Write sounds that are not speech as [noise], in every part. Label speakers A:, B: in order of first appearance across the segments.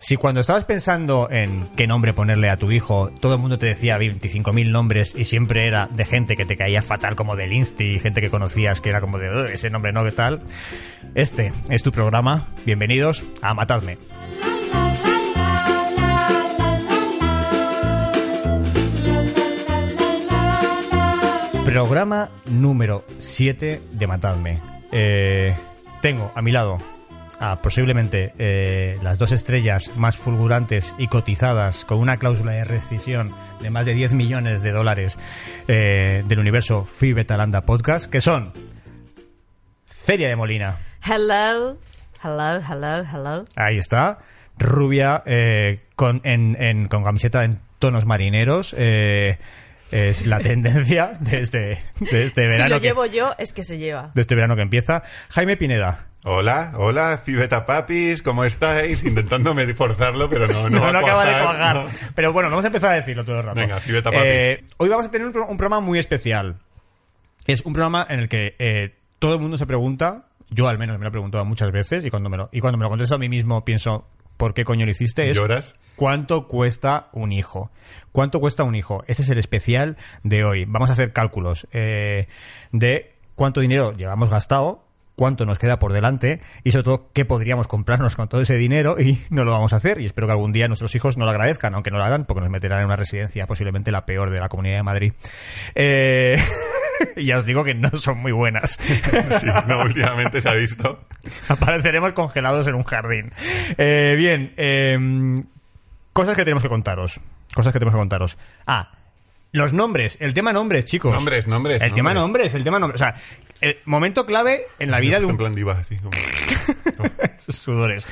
A: Si cuando estabas pensando en qué nombre ponerle a tu hijo, todo el mundo te decía 25.000 nombres y siempre era de gente que te caía fatal, como del Insti, gente que conocías que era como de "Ugh, ese nombre no, qué tal. Este es tu programa. Bienvenidos a Matadme. Programa número 7 de Matadme. Eh, tengo a mi lado a posiblemente eh, las dos estrellas más fulgurantes y cotizadas con una cláusula de rescisión de más de 10 millones de dólares eh, del universo Phi Beta Lambda Podcast, que son Celia de Molina.
B: Hello, hello, hello, hello.
A: Ahí está. Rubia eh, con, en, en- con camiseta en tonos marineros. eh, es la [laughs] tendencia de este, de este
B: Si
A: verano.
B: lo
A: que-
B: llevo yo, es que se lleva.
A: de este verano que empieza. Jaime Pineda.
C: Hola, hola, Fibeta Papis, ¿cómo estáis? Intentándome forzarlo, pero
A: [laughs]
C: no, no,
A: No,
C: va
A: no
C: a
A: acaba de
C: cuajar,
A: cuajar.
C: no.
A: Pero bueno, vamos a empezar a decirlo todo el rato.
C: Venga, civeta papis.
A: Eh, hoy vamos a tener un, pro- un programa muy especial. Es un programa en el que eh, todo el mundo se pregunta, yo al menos me lo he preguntado muchas veces, y cuando me lo, y cuando me lo contesto a mí mismo pienso, ¿por qué coño lo hiciste? Es,
C: ¿Lloras?
A: ¿Cuánto cuesta un hijo? ¿Cuánto cuesta un hijo? Ese es el especial de hoy. Vamos a hacer cálculos eh, de cuánto dinero llevamos gastado, cuánto nos queda por delante y sobre todo qué podríamos comprarnos con todo ese dinero y no lo vamos a hacer. Y espero que algún día nuestros hijos no lo agradezcan, aunque no lo hagan, porque nos meterán en una residencia posiblemente la peor de la Comunidad de Madrid. Eh, [laughs] ya os digo que no son muy buenas.
C: Sí, no, últimamente se ha visto.
A: [laughs] Apareceremos congelados en un jardín. Eh, bien, eh, cosas que tenemos que contaros. Cosas que tenemos que contaros. Ah, los nombres, el tema nombres, chicos.
C: Nombres, nombres,
A: El tema
C: nombres.
A: nombres, el tema nombres. O sea, el momento clave en la vida de
C: En
A: un
C: plan diva,
B: [laughs]
C: así como...
A: [laughs] sudores.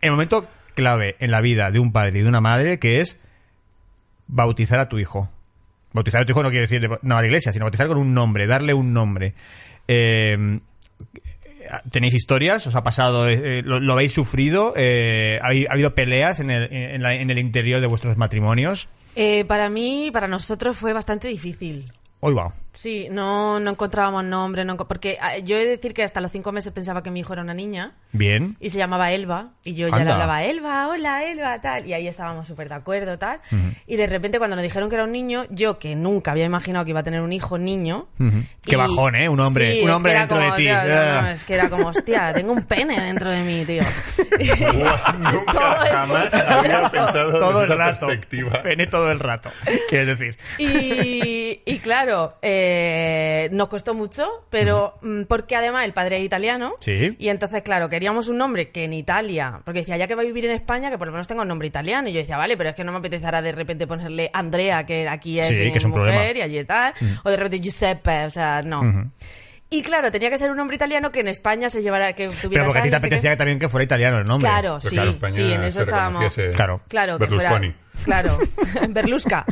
A: El momento clave en la vida de un padre y de una madre que es bautizar a tu hijo. Bautizar a tu hijo no quiere decir de- no a la iglesia, sino bautizar con un nombre, darle un nombre. Eh, ¿Tenéis historias? ¿Os ha pasado? eh, eh, lo, lo habéis sufrido? Eh, ¿ha, ha habido peleas en el, en la- en el interior de vuestros matrimonios?
B: Eh, para mí, para nosotros fue bastante difícil.
A: Hoy va.
B: Sí, no, no encontrábamos nombre, no, enco- porque ah, yo he de decir que hasta los cinco meses pensaba que mi hijo era una niña
A: Bien.
B: y se llamaba Elba y yo ya le
A: Anda.
B: hablaba Elba, hola Elba, tal y ahí estábamos súper de acuerdo, tal y de repente cuando nos dijeron que era un niño, yo que nunca había imaginado que iba a tener un hijo niño,
A: Ujú. Qué bajón, ¿eh? Un hombre-
B: Sí,
A: un
B: es
A: hombre
B: que era
A: dentro de
B: como,
A: ti.
B: tío, no, no,
A: Ah.
B: es que era como, hostia, tengo un pene dentro de mí,
A: [laughs]
B: tío.
C: Buah,
B: Todo
C: nunca
B: el-
A: [laughs]
C: jamás había pensado
A: Todo
C: desde
A: el
C: esa
A: rato.
C: perspectiva.
A: Pene todo el
C: [laughs]
A: rato. Quieres decir.
B: Y, y claro, eh, nos costó mucho, pero mm, porque además el padre es italiano.
A: Sí.
B: Y entonces, claro, queríamos un nombre que en Italia. Porque decía, ya que va a vivir en España, que por lo menos tenga un nombre italiano. Y yo decía, vale, pero es que no me apetece ahora de repente ponerle Andrea, que aquí es,
A: Sí,
B: eh,
A: que es un
B: mujer
A: problema.
B: y allí tal. O de repente Giuseppe, o sea, no. Y claro, tenía que ser un nombre italiano que en España se llevara, que
A: Pero
B: tuviera
A: porque a ti
B: tal,
A: te
B: no sé qué.
A: apetecía también que fuera italiano el nombre.
B: Claro,
C: Pero
B: sí,
C: claro, España
B: sí, en
C: se
B: eso estábamos.
C: reconociese
A: Claro.
B: Claro, que
C: Berlusconi.
B: fuera-
C: [laughs]
B: Claro, Berlusca.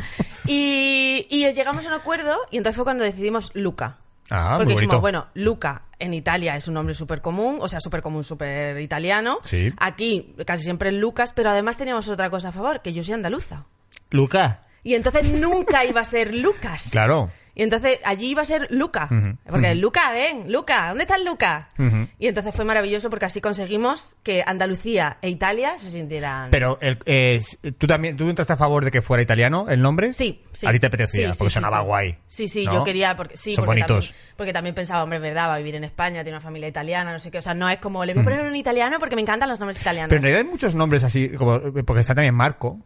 B: Y, y llegamos a un acuerdo y entonces fue cuando decidimos Luca.
A: Ah, muy
B: Porque
A: bonito.
B: dijimos, bueno, Luca en Italia es un nombre súper común, o sea, súper común, súper italiano.
A: Sí.
B: Aquí casi siempre es Lucas, pero además teníamos otra cosa a favor, que yo soy andaluza.
A: Luca.
B: Y entonces nunca iba a ser Lucas.
A: Claro.
B: Y entonces allí iba a ser Luca.
A: Ujú.
B: Porque Luca, ven, Luca, ¿dónde está Luca?
A: Ujú.
B: Y entonces fue maravilloso porque así conseguimos que Andalucía e Italia se sintieran.
A: Pero el- eh, tú también tú entraste a favor de que fuera italiano el nombre?
B: Sí, sí.
A: A ti te apetecía,
B: Sí, sí,
A: porque
B: sí,
A: sonaba
B: sí.
A: guay.
B: Sí, sí,
A: ¿no?
B: yo quería. Porque, sí,
A: Son
B: porque
A: bonitos.
B: También, porque también pensaba, hombre, es verdad, va a vivir en España, tiene una familia italiana, no sé qué. O sea, no es como, le voy a poner un italiano porque me encantan los nombres
A: Mm.
B: italianos.
A: Pero en realidad hay muchos nombres así, como, porque está también Marco.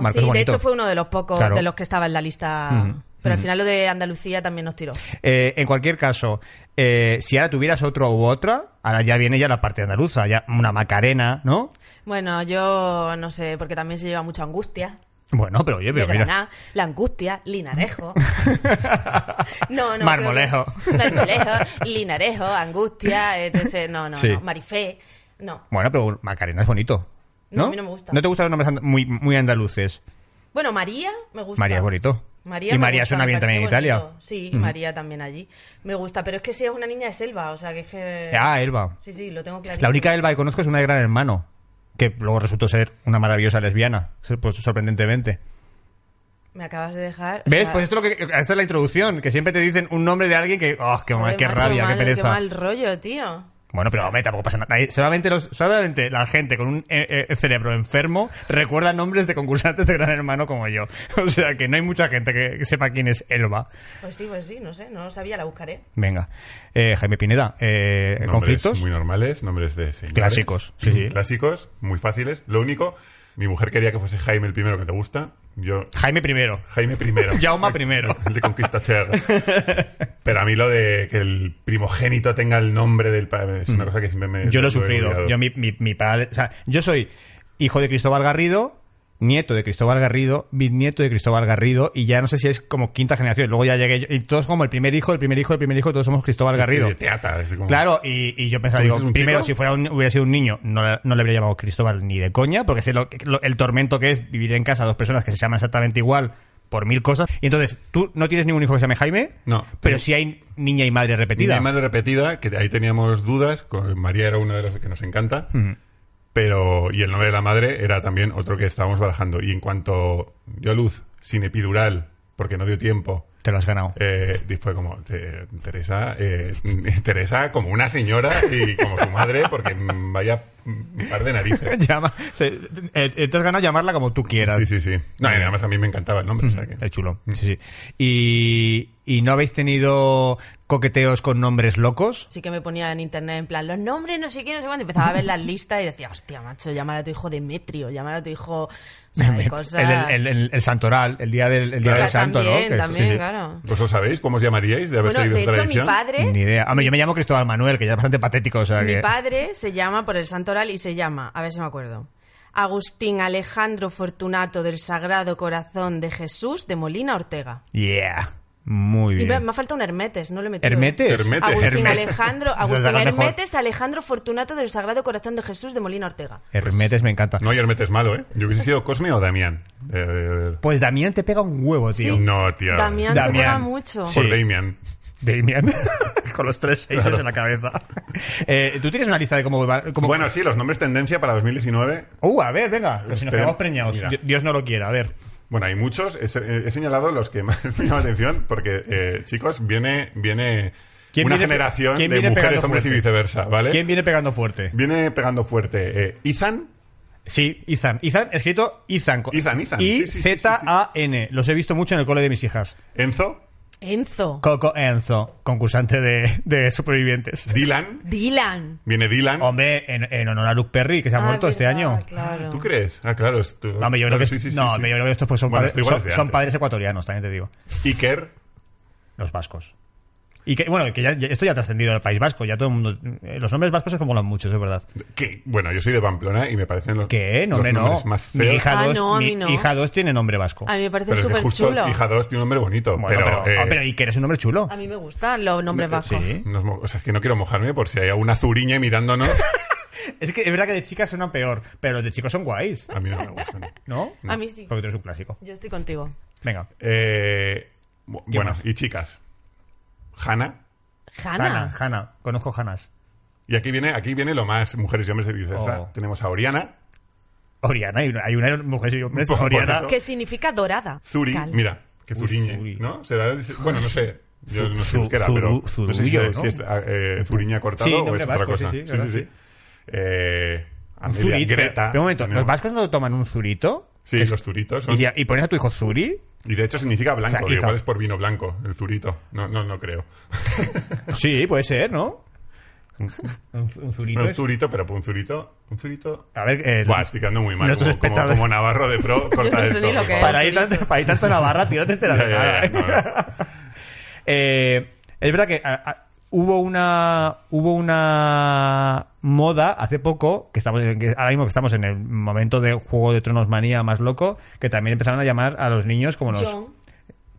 A: ¿no?
B: sí,
A: es
B: de
A: bonito.
B: hecho fue uno de los pocos
A: Claro.
B: de los que estaba en la lista.
A: Ujú,
B: Pero al final lo de Andalucía también nos tiró.
A: Eh, en cualquier caso, eh, si ahora tuvieras otro u otra, ahora ya viene ya la parte andaluza, ya una Macarena, ¿no?
B: Bueno, yo no sé, porque también se lleva mucha angustia.
A: Bueno, pero oye, pero
B: de
A: mira.
B: Granada, la angustia,
A: [laughs]
B: Linarejo. No, no.
A: Marmolejo.
B: creo que- Marmolejo, Linarejo, angustia, etc. No, no,
A: Sí.
B: no. Marifé. No.
A: Bueno, pero Macarena es bonito. ¿no?
B: No, a mí no me gusta.
A: ¿No te gustan los nombres and- muy, muy andaluces?
B: Bueno, María me gusta.
A: María es bonito.
B: María
A: Y
B: me
A: María
B: gusta,
A: suena
B: me
A: bien
B: parece
A: también en
B: bonito.
A: Italia. Mm.
B: Sí,
A: Ujú.
B: María también allí. Me gusta, pero es que si es una niña es Elba, o sea que es que...
A: Ah, Elba.
B: Sí, sí, lo tengo clarísimo.
A: La única Elba que conozco es una de Gran Hermano, que luego resultó ser una maravillosa lesbiana, sor- pues, sorprendentemente.
B: Me acabas de dejar... o
A: ¿Ves?
B: sea,
A: Pues esto es lo que, esta es la introducción, que siempre te dicen un nombre de alguien que, ¡oh, qué, mal-
B: joder,
A: qué
B: macho,
A: rabia,
B: mal-
A: qué pereza!
B: Qué mal rollo, tío.
A: Bueno, pero hombre, tampoco pasa nada. Ahí Solamente, los, solamente la gente con un eh, eh, cerebro enfermo recuerda nombres de concursantes de Gran Hermano como yo. [laughs] O sea que no hay mucha gente que sepa quién es Elba.
B: Pues sí, pues sí, no sé, no lo sabía, la buscaré.
A: Venga. Eh, Jaime Pineda, eh,
C: Nombres
A: ¿conflictos?
C: Muy normales, nombres de señores.
A: Clásicos, sí, sí.
C: Clásicos, muy fáciles. Lo único, mi mujer quería que fuese Jaime el primero que te gusta. Yo,
A: Jaime primero.
C: Jaime primero.
A: [laughs] Jaume primero.
C: El [laughs] de Conquistachar. Pero a mí lo de que el primogénito tenga el nombre del padre es una cosa que siempre me.
A: Mm. Yo lo he
C: me
A: sufrido.
C: olvidado.
A: Yo, mi, mi- mi padre, o sea, yo soy hijo de Cristóbal Garrido, nieto de Cristóbal Garrido, bisnieto de Cristóbal Garrido, y ya no sé si es como quinta generación. Luego ya llegué yo, y todos como el primer hijo, el primer hijo, el primer hijo, todos somos Cristóbal Garrido.
C: De teata, es como-
A: Claro, y, y yo pensaba,
C: ¿Tú
A: digo,
C: dices un
A: primero,
C: chico?
A: si fuera un- hubiera sido un niño, no, la- no le habría llamado Cristóbal ni de coña, porque sé lo, que- lo- el tormento que es vivir en casa dos personas que se llaman exactamente igual por mil cosas. Y entonces, tú no tienes ningún hijo que se llame Jaime,
C: No.
A: pero sí hay niña y madre repetida.
C: Niña y madre repetida, que ahí teníamos dudas. con- María era una de las que nos encanta.
A: Mm.
C: Pero, y el nombre de la madre era también otro que estábamos barajando. Y en cuanto dio a luz, sin epidural, porque no dio tiempo,
A: Te lo has ganado.
C: eh, y fue como, "Te- Teresa, eh, [laughs] Teresa como una señora y como su madre, porque mm, vaya mm, par de
A: [laughs]
C: narices.
A: Llama, se- eh, te has ganado llamarla como tú quieras.
C: Sí, sí, sí. No, y además a mí me encantaba el nombre. o sea que-
A: Mm, Es chulo. Sí, sí. Y, ¿Y no habéis tenido coqueteos con nombres locos?
B: Sí que me ponía en internet en plan, los nombres, no sé qué, no sé cuándo. Empezaba a ver las listas y decía, hostia, macho, llamar a tu hijo Demetrio, llamar a tu hijo... O
A: [laughs]
B: sea, hay cosas...
A: El, el- el- el santoral, el día del, el día
B: Claro,
A: del santo, ¿no?
B: también,
A: Que es-
B: también,
A: sí, sí.
B: claro.
C: ¿Vosotros sabéis cómo os llamaríais de haber
B: Bueno,
C: seguido
B: de
C: esta
B: hecho, mi
C: tradición?
B: padre...
A: Ni idea. Hombre, yo me llamo Cristóbal Manuel, que ya es bastante patético. O sea,
B: Mi
A: que-
B: padre se llama por el santo oral y se llama, a ver si me acuerdo, Agustín Alejandro Fortunato del Sagrado Corazón de Jesús de Molina Ortega.
A: Yeah. Muy
B: Y me,
A: bien.
B: me ha faltado un Hermetes, no lo he metido.
A: ¿Hermetes?
C: Hermetes.
A: [laughs]
B: Agustín
C: Hermetes.
B: Alejandro,
A: Eso es de
B: Agustín
A: lo mejor.
B: Hermetes, Alejandro Fortunato del Sagrado Corazón de Jesús de Molina Ortega.
A: Hermetes me encanta.
C: No, yo me metes malo, ¿eh? Yo hubiese sido Cosme o Damián. Eh, eh,
A: Pues Damián te pega un huevo, tío.
B: Sí.
C: No, tío.
B: Damián te
A: Damián.
B: mola mucho.
A: Sí.
C: Por Damián. [laughs]
A: Damián. Con los tres seises en la cabeza. [laughs] Eh, ¿Tú tienes una lista de cómo... va- cómo
C: Bueno, sí, los nombres tendencia para 2019.
A: Uh, a ver, venga. Pero si nos
C: Espera.
A: quedamos preñados.
C: Mira.
A: Di- Dios no lo quiera, a ver.
C: Bueno, hay muchos. He, se- he señalado los que más [laughs] me llaman la atención porque, eh, chicos, viene, viene
A: ¿Quién
C: una
A: viene pe-
C: generación
A: quién
C: de
A: viene
C: mujeres,
A: pegando
C: hombres y
A: fuerte?
C: viceversa, ¿vale?
A: ¿Quién viene pegando fuerte?
C: Viene pegando fuerte. eh, Ethan,
A: Sí, Izan. Izan, escrito Izan. con-
C: Izan, Izan. Sí, sí, sí,
A: I-Z-A-N. Los he visto mucho en el cole de mis hijas.
C: Enzo,
B: Enzo,
A: Coco Enzo, concursante de, de supervivientes.
C: Dylan.
B: Dylan.
C: Viene Dylan.
A: Hombre, en, en honor a Luke Perry, que se ha
B: Ah,
A: muerto este
B: verdad,
A: año.
B: claro.
C: ¿Tú crees? Ah, claro. es tú-
A: No, hombre, yo creo que,
C: sí, sí, sí,
A: no,
C: sí.
A: hombre, yo creo que estos pues son,
C: Bueno,
A: padres,
C: esto igual
A: son,
C: es de
A: son
C: antes.
A: padres ecuatorianos, también te digo.
C: Iker,
A: Los vascos. Y que, bueno, que ya, ya- esto ya ha trascendido al País Vasco. Ya todo el mundo. eh, Los nombres vascos se molan mucho, eso es verdad.
C: que, bueno, yo soy de Pamplona y me parecen los,
A: ¿Qué? No,
C: los
A: hombre, no.
C: nombres más feos.
A: Mi hija
B: Ah,
A: 2
B: no, a
A: mi
B: mí no.
A: hija dos tiene nombre vasco.
B: A mí me parece
C: Pero es que
B: súper
C: justo
B: chulo.
C: hija 2 tiene un nombre bonito.
A: Bueno, pero,
C: eh,
A: ah, pero y que eres un hombre chulo.
B: A mí me gustan los nombres vascos.
A: Sí.
C: nos mo- o sea, es que no quiero mojarme por si hay alguna zuriña mirándonos.
A: Es que es verdad que de chicas suenan peor, pero los de chicos son guays,
C: A mí no me gustan.
A: ¿no?
B: A mí sí.
A: Porque tú eres un clásico.
B: Yo estoy contigo.
A: Venga.
C: Eh, bu-
A: ¿Qué
C: bueno,
A: más?
C: y chicas. Hanna.
A: Hanna,
B: Hanna.
A: Hanna. Conozco Hanas.
C: Y aquí viene, aquí viene lo más mujeres y hombres de viceversa.
A: Oh.
C: Tenemos a Oriana,
A: Oriana, hay una, hay una mujer y hombres.
C: Por- por
A: Oriana.
C: eso.
B: Que significa dorada.
C: Zuri.
B: Cal.
C: Mira, que
A: Uy,
C: Zuriñe,
A: Zuri.
C: ¿no? Será- bueno, no
A: [laughs]
C: sé. Yo
A: Zu-
C: no sé
A: zu-
C: euskera,
A: zuru-
C: pero no sé si,
A: zurullo,
C: si es
A: ¿no?
C: ah, eh, Zuriña cortado
A: Sí,
C: o
A: nombre
C: es otra
A: vasco,
C: cosa.
A: sí, sí,
C: sí,
A: ¿verdad?
C: sí, sí. Eh, Amelia,
A: Zuri, pero-
C: Greta.
A: pero un momento, ¿los
C: tenemos-
A: vascos no toman un zurito?
C: Sí, los zuritos. son-
A: ¿Y, si- y pones a tu hijo Zuri?
C: Y de hecho significa
A: O
C: blanco,
A: sea,
C: que
A: hija.
C: igual es por vino blanco, el zurito. No, no, no creo.
A: Sí, puede ser, [laughs] ¿no? Un, un zurito.
C: Bueno, un
A: es-
C: zurito, pero un zurito. Un zurito.
A: A ver, eh,
C: Buah, estoy quedando muy mal.
A: nuestros
C: Como, como-
A: espectadores-
C: como Navarro de
A: [laughs]
C: pro, corta
B: no sé
C: esto.
B: ni lo
C: por
B: que
C: favor.
A: para, ir
B: zurito.
A: tanto, para ir tanto a la barra, tírate de la
C: Ya, ya, ya,
A: cara, ¿eh? Eh, es verdad que a- a- hubo una hubo una moda hace poco que estamos en- que ahora mismo que estamos en el momento de juego de tronos manía más loco que también empezaron a llamar a los niños como los
B: John.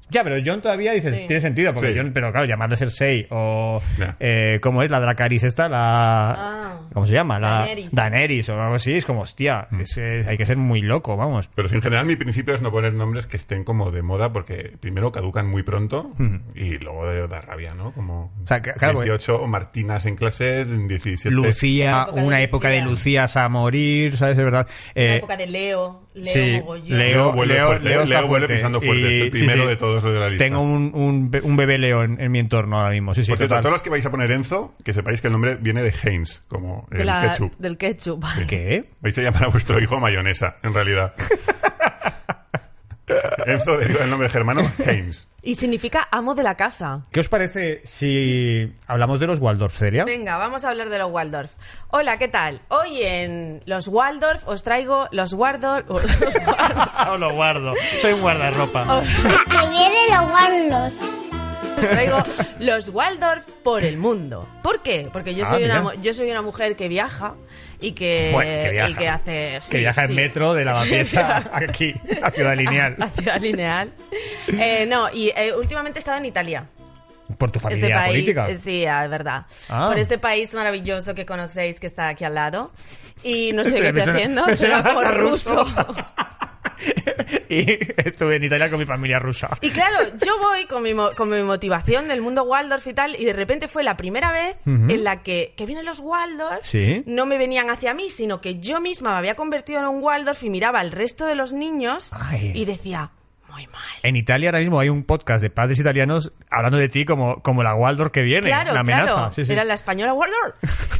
A: ya pero John todavía dice
B: Sí.
A: tiene sentido porque
C: Sí.
A: John pero claro llamarle Cersei o
C: Ya.
A: eh, cómo es la Dracaris esta la
B: Ah.
A: cómo se llama la
B: Daenerys.
A: Daenerys o algo así es como hostia
C: Mm.
A: es- es- hay que ser muy loco vamos
C: Pero sí, en general mi principio es no poner nombres que estén como de moda porque primero caducan muy pronto y luego de- da rabia, ¿no? Como
A: Hmm. O sea, que- claro, porque-
C: 18 Martinas en clase, 17.
A: Lucía,
B: Una época de
A: una época de
B: Lucía.
A: Lucías a morir, ¿sabes? Es verdad.
B: La
A: Eh,
B: época de Leo, Leo
A: Sí,
B: mogollón.
A: Leo,
C: Leo vuelve
A: Leo-
C: fuerte,
A: Leo está
C: Leo vuelve
A: fuerte.
C: pisando fuerte, es el
A: sí,
C: primero
A: sí.
C: de todos los de la lista.
A: Tengo un, un be- un bebé Leo en, en mi entorno ahora mismo. Sí, sí,
C: Por cierto, a
A: total.
C: todos los que vais a poner Enzo, que sepáis que el nombre viene de Heinz, como
B: De
C: el
B: la-
C: ketchup.
B: Del ketchup.
A: ¿Qué?
C: Vais a llamar a vuestro hijo mayonesa, en [laughs] realidad. Enzo deriva del nombre germano Heinz.
B: Y significa amo de la casa.
A: ¿Qué os parece si hablamos de los Waldorf Seria? [laughs]
B: Venga, vamos a hablar de los Waldorf. Hola, ¿qué tal? Hoy en los Waldorf os traigo los Waldorf. [laughs] Los Waldorf.
A: Ahora lo guardo. Soy un
B: Oh,
A: guardarropa.
D: Me vienen los guarlos.
B: Os traigo los Waldorf por el mundo. ¿Por qué? Porque yo
A: Ah,
B: soy, una,
A: mira.
B: mu- yo soy una mujer que viaja y que,
A: Bueno, que viaja.
B: y que hace.
A: que
B: sí,
A: viaja
B: [laughs] sí. Ah,
A: en metro de Lavapiés a- aquí, a Ciudad Lineal.
B: [laughs] A, a Ciudad Lineal. Eh, no, y eh, últimamente he estado en Italia. este
A: Por tu familia política.
B: ah. país, sí, ah, es verdad.
A: Ah.
B: Por este país maravilloso que conocéis que está aquí al lado. Y
A: [laughs]
B: no sé qué
A: Me
B: estoy
A: suena-
B: haciendo,
A: me [laughs]
B: será
A: suena
B: por
A: ruso.
B: ruso.
A: [laughs] y estuve en Italia con mi familia rusa.
B: Y claro, yo voy con mi, mo- con mi motivación del mundo Waldorf y tal, y de repente fue la primera vez en la que, que vienen los Waldorf,
A: Sí.
B: no me venían hacia mí, sino que yo misma me había convertido en un Waldorf y miraba al resto de los niños
A: Ay.
B: y decía, muy mal.
A: En Italia ahora mismo hay un podcast de padres italianos hablando de ti como, como la Waldorf que viene,
B: Claro,
A: la amenaza.
B: claro.
A: Sí, sí.
B: Era la
A: [laughs]
B: española Warlord.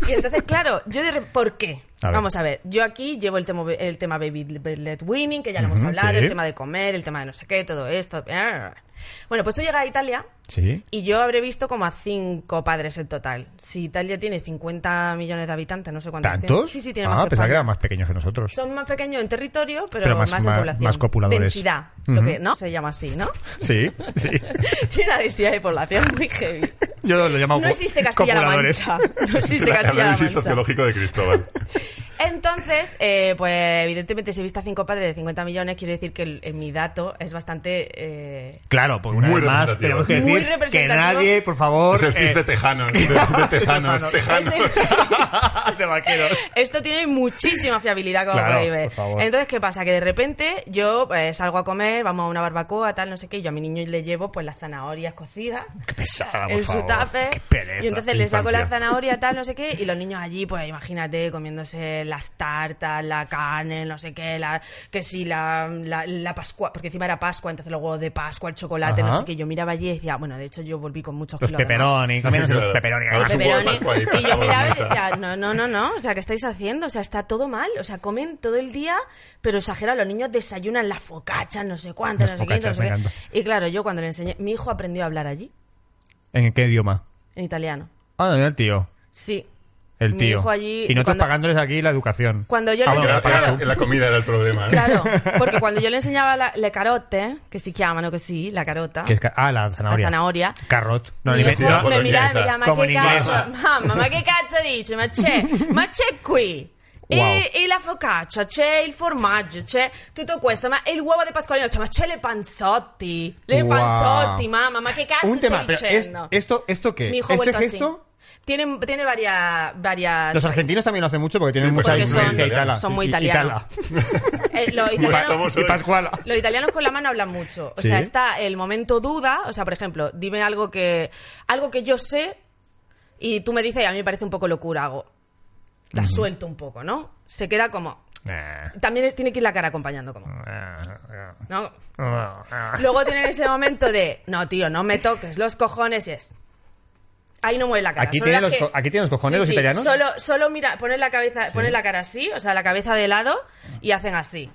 B: Y entonces, claro, yo de re- ¿Por qué?
A: A ver.
B: Vamos a ver, yo aquí llevo el tema, el tema baby led winning, que ya lo hemos
A: Ujú,
B: hablado,
A: sí.
B: el tema de comer, el tema de no sé qué, todo esto. Bueno, pues tú llegas a Italia
A: Sí.
B: y yo habré visto como a cinco padres en total. Si Italia tiene 50 millones de habitantes, no sé cuántos tiene.
A: ¿Tantos?
B: Sí, sí, tiene
A: ah,
B: más que
A: pensaba que
B: España.
A: eran más pequeños que nosotros.
B: Son más pequeños en territorio, pero,
A: Pero más-
B: más, en
A: más-
B: población.
A: más copuladores.
B: Densidad, lo
A: Ujú.
B: que no se llama así, ¿no? [laughs]
A: Sí, sí.
B: tiene una densidad de población muy heavy.
A: Yo lo llamo
B: No existe Castilla-La
A: copuladores.
B: Mancha.
A: [laughs]
B: No existe
C: El
B: Castilla-La
C: análisis
B: Mancha.
C: sociológico de [laughs] Cristóbal.
B: Entonces, eh, pues evidentemente si viste a cinco padres de 50 millones, quiere decir que el- en mi dato es bastante... eh,
A: Claro, porque una
C: Muy
A: vez más
C: representativo.
A: tenemos que
B: Muy
A: decir que
B: representativo.
A: nadie, por favor,
C: Es el
A: eh,
C: fist de Tejanos. De, de Tejanos.
A: Tejanos.
C: tejanos.
A: [laughs] de
B: [laughs]
A: vaqueros.
B: Esto tiene muchísima fiabilidad, como
A: Claro,
B: podéis ver.
A: por favor.
B: Entonces, ¿qué pasa? Que de repente yo eh, salgo a comer, vamos a una barbacoa, tal, no sé qué, y yo a mi niño le llevo pues las zanahorias cocidas.
A: Qué pesada, Ah, por
B: en su
A: favor.
B: tape.
A: Qué pereza.
B: Y entonces le saco
C: infancia.
A: [laughs]
B: la zanahoria, tal, no sé qué, y los niños allí, pues imagínate, comiéndose las tartas, la carne, no sé qué, la, que sí, la, la, la Pascua, porque encima era Pascua, entonces los huevos de Pascua, el chocolate,
A: Ajá.
B: no sé qué. Yo miraba allí y decía, bueno, de hecho yo volví con muchos
A: Los
B: kilos de más.
A: peperoni, comiéndose los
C: Claro.
A: peperoni.
C: A ver,
B: Pepperoni.
C: Un huevo de Pascua ahí,
B: Y yo
C: pasado por la
B: miraba y
C: mesa.
B: decía, no, no, no, no, o sea, ¿qué estáis haciendo? O sea, está todo mal, o sea, comen todo el día, pero exagera, los niños desayunan las focachas, no sé cuánto,
A: Las
B: no sé qué, no
A: focaccias,
B: sé
A: me
B: qué.
A: encanta.
B: Y claro, yo cuando le enseñé, mi hijo aprendió a hablar allí,
A: ¿En qué idioma?
B: en italiano.
A: Ah, no, el tío.
B: Sí.
A: El
B: Mi
A: tío.
B: hijo allí-
A: y nosotros
B: cuando-
A: pagándoles aquí la educación.
B: Cuando yo
A: Ah,
B: le
A: bueno,
C: Era-
A: la pagas
C: era-
A: tú.
C: la comida era el problema. ¿eh?
A: [laughs]
B: Claro,
C: ¿no?
B: porque cuando yo le enseñaba la, le carote, que si chiamano, que sí, la carota,
A: Que es ca- ah, la
B: la
A: zanahoria.
B: zanahoria,
A: Carrot. No,
B: mi
A: ni- no,
B: hijo me miraba y
C: bolognesa.
B: me diceva, ma
A: Como
B: che
A: in
B: cazzo,
A: inglese.
B: mamma, ma che cazzo dici? Ma
A: [laughs]
B: c'è, ma c'è qui. E,
A: Wow.
B: e la focaccia, c'è il formaggio, c'è tutto questo, ma e il uovo di Pasqualino, cioè, ma c'è le panzotti, le
A: Wow.
B: panzotti, mamma, ma che cazzo
A: Un tema,
B: stai
A: pero es-
B: dicendo?
A: esto, ¿esto qué?
B: Mi hijo ha
A: ¿Este
B: vuelto así.
A: gesto?
B: Tiene, tiene varias, varias
A: Los argentinos también lo hacen mucho porque tienen
C: Sí,
A: mucha
C: porque
B: son-
A: influencia itala.
B: son muy
A: I-
B: italianos.
A: [laughs]
B: eh, los
C: Muy
B: italianos-
C: famoso,
A: Y
C: ¿eh?
A: Pascuala.
B: Los italianos con la mano hablan mucho. O
A: Sí.
B: sea, está el momento duda. O sea, por ejemplo, dime algo que, algo que yo sé y tú me dices, a mí me parece un poco locura, hago. La suelto un poco, ¿no? Se queda como...
A: Ah,
B: También es- tiene que ir la cara acompañando, como...
A: ah,
B: ¿no?
A: ah, ah.
B: Luego tienen ese momento de, no, tío, no me toques los cojones y es... Ahí no mueve la cara.
A: Aquí
B: solo
A: tienen
B: la
A: los
B: ge-
A: co- aquí tienen los cojones
B: Sí,
A: los
B: sí,
A: italianos.
B: Solo, solo mira, ponen la cabeza, ponen la cara así, o sea, la cabeza de lado y hacen así.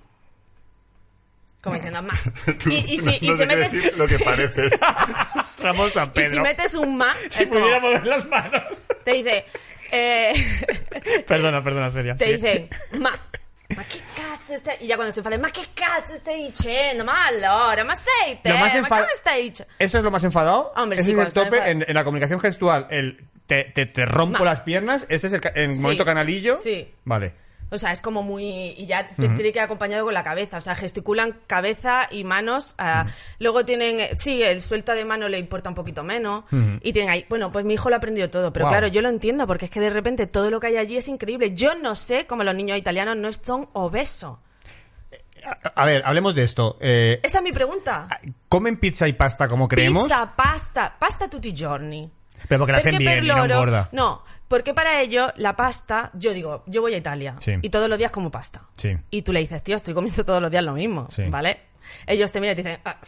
B: Como diciendo, más.
C: [laughs] [laughs] Tú,
B: Y, y si, y
C: no sé
B: si
C: qué
B: metes, [laughs]
C: decir lo
A: [laughs]
C: que pareces.
A: Ramón San
B: y
A: Pedro.
B: si metes un ma,
A: Si
B: es como-
A: pudiera mover las manos.
B: te dice, eh, [laughs]
A: Perdona, perdona, Celia.
B: te
A: Sí.
B: dicen, ma. Ma che cazzo stai... Y ya cuando se enfaden, ma che cazzo este stai dicendo? Ma allora, ma sei te?
A: Lo más
B: ma
A: enfa-
B: come stai dicendo?
A: Eso es lo más enfadado.
B: Hombre,
A: Ese
B: sí,
A: es
B: cuando
A: el
B: está
A: tope
B: enfadado.
A: en, en la comunicación gestual. El te, te, te rompo
B: Ma.
A: las piernas. Este es el, ca- el
B: Sí.
A: momento canalillo.
B: Sí.
A: Vale.
B: O sea, es como muy... Y ya te tiene que ir acompañado con la cabeza. O sea, gesticulan cabeza y manos. ah, Luego tienen... eh, Sí, el suelta de mano le importa un poquito menos. Y tienen ahí... Bueno, pues mi hijo lo ha aprendido todo. Pero
A: Guau.
B: claro, yo lo entiendo porque es que de repente todo lo que hay allí es increíble. Yo no sé cómo los niños italianos no son obesos.
A: A, a ver, hablemos de esto. Eh,
B: Esta es mi pregunta.
A: ¿Comen pizza y pasta como creemos?
B: Pizza, pasta, pasta tutti i giorni.
A: Pero porque la hacen bien y no
B: per loro-
A: engorda.
B: No, Porque para ello, la pasta, yo digo, yo voy a Italia
A: Sí.
B: y todos los días como pasta.
A: Sí.
B: Y tú le dices, tío, estoy comiendo todos los días lo mismo,
A: Sí.
B: ¿vale? Ellos te miran y te dicen, "Ah",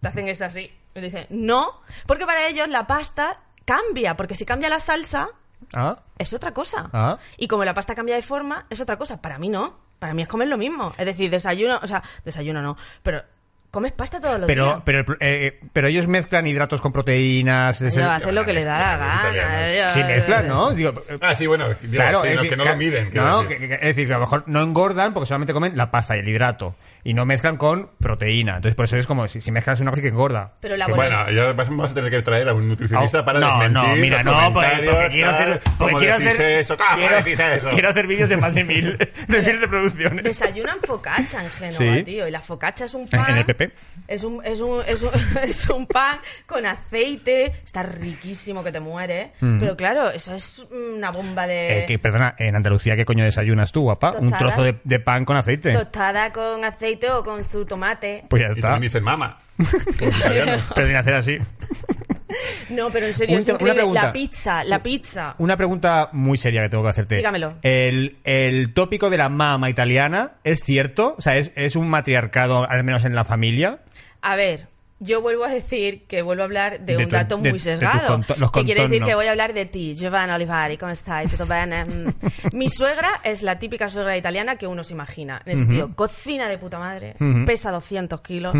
B: te hacen esto así. Y dicen, no, porque para ellos la pasta cambia, porque si cambia la salsa,
A: Ah,
B: es otra cosa.
A: Ah.
B: Y como la pasta cambia de forma, es otra cosa. Para mí no. Para mí es comer lo mismo. Es decir, desayuno, o sea, desayuno no, pero comes pasta todos los días.
A: pero, pero, el pro- eh, eh, pero ellos mezclan hidratos con proteínas. es el-
B: Ellos hacen lo que les da la
C: Los
B: gana.
C: italianos.
B: ellos-
A: Sí, mezclan, ¿no? Digo, eh,
C: Ah, sí, bueno, digo,
A: Claro,
C: sí,
A: es
C: los
A: decir,
C: que no
A: ca-
C: lo miden. quiero
A: No,
C: decir.
A: que- que- es decir, que a lo mejor no engordan porque solamente comen la pasta y el hidrato y no mezclan con proteína. Entonces, por eso es como si, si mezclas una cosa sí que engorda.
B: Pero la
C: bueno, ya vas- vamos a tener que traer a un nutricionista
A: Au-
C: para
A: Oh, no,
C: desmentir
A: no, mira,
C: los
A: no, porque,
C: comentarios,
A: porque quiero
C: tal,
A: hacer, porque
C: ¿cómo
A: quiero
C: decís
A: hacer,
C: eso? ¿Cómo
A: quiero,
C: decís eso?
A: quiero hacer vídeos de más de
B: [laughs]
A: mil, de mil reproducciones.
B: Desayunan focacha en Génova,
A: Sí.
B: tío. Y la focacha es un pan.
A: En el PP.
B: Es un, es un, es un, [laughs] es un pan con aceite. Está riquísimo que te muere. Pero claro, eso es una bomba de.
A: Mm. Eh, que, perdona, en Andalucía, ¿qué coño desayunas tú, guapa? Un
B: Tostada.
A: trozo de, de pan con aceite.
B: Tostada con aceite o con su tomate.
A: Pues ya
C: Y también
A: está. [laughs]
C: dicen mama. Pues, Los italianos.
A: Pero sin hacer así.
B: [laughs] No, pero en serio,
A: Un-
B: es
A: una
B: increíble.
A: pregunta.
B: La pizza, la pizza.
A: Una pregunta muy seria que tengo que hacerte.
B: Dígamelo.
A: El, el tópico de la mama italiana, ¿es cierto? O sea, ¿es, es un matriarcado, al menos en la familia?
B: A ver, yo vuelvo a decir que vuelvo a hablar de,
A: De
B: un
A: tu-
B: dato
A: de-
B: muy
A: de tus
B: sesgado.
A: conto- los
B: que quiere decir
A: contornos.
B: que voy a hablar de ti, Giovanna Olivari, ¿cómo estás? ¿Todo
A: [laughs]
B: bene? Mm. Mi suegra es la típica suegra italiana que uno se imagina. Es tío, cocina de puta madre, pesa 200 kilos,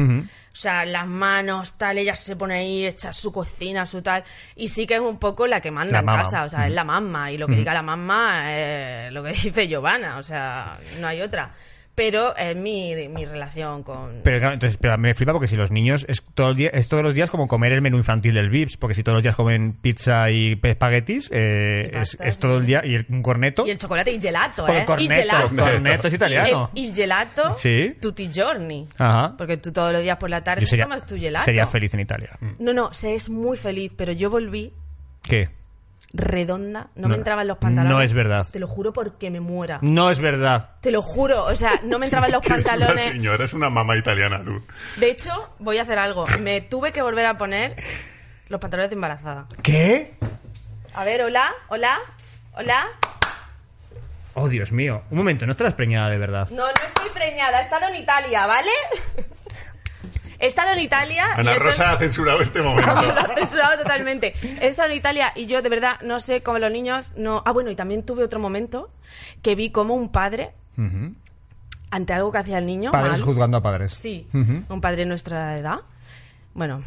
B: o sea, las manos, tal, ella se pone ahí, echa su cocina, su tal, y sí que es un poco la que manda
A: La
B: en
A: mama.
B: casa, o sea, es la mamá, y lo que diga la mamá es lo que [laughs] dice Giovanna, o sea, no hay otra. Pero es mi, mi relación con...
A: Pero, claro, entonces, pero me flipa porque si los niños es, todo el día, es todos los días como comer el menú infantil del Vips, porque si todos los días comen pizza y pe- espaguetis, eh,
B: Y
A: es,
B: pastas,
A: es todo el día y el- un corneto.
B: Y el chocolate y gelato,
A: Porque
B: ¿eh?
A: el corneto,
B: y gelato.
A: el corneto es italiano.
B: Y, el gelato,
A: Sí.
B: tutti giorni.
A: Ajá.
B: Porque tú todos los días por la tarde
A: Yo sería,
B: tomas tu gelato.
A: sería feliz en Italia.
B: No, no, se es muy feliz, pero yo volví
A: ¿Qué?
B: redonda, no,
A: No,
B: me entraban los pantalones.
A: no es verdad.
B: Te lo juro porque me muera.
A: No es verdad.
B: Te lo juro, o sea, no
A: [laughs]
B: me entraban los
C: Que eres una
B: pantalones.
C: señora, es una mamá italiana, tú.
B: De hecho, voy a hacer algo. Me tuve que volver a poner los pantalones de embarazada.
A: ¿Qué?
B: A ver, hola, hola, hola.
A: Oh, Dios mío. Un momento, no estarás preñada de verdad.
B: No, no estoy preñada, he estado en Italia, ¿vale? He estado en Italia. y esto
C: Ana
B: es-
C: Rosa ha censurado
B: [laughs]
C: este momento.
B: lo ha censurado totalmente. He estado en Italia y yo de verdad no sé cómo los niños no. Ah, bueno, y también tuve otro momento que vi como un padre
A: Ujú.
B: ante algo que hacía el niño.
A: Padres
B: mal.
A: juzgando a padres.
B: Sí,
A: Ujú.
B: un padre de nuestra edad. Bueno,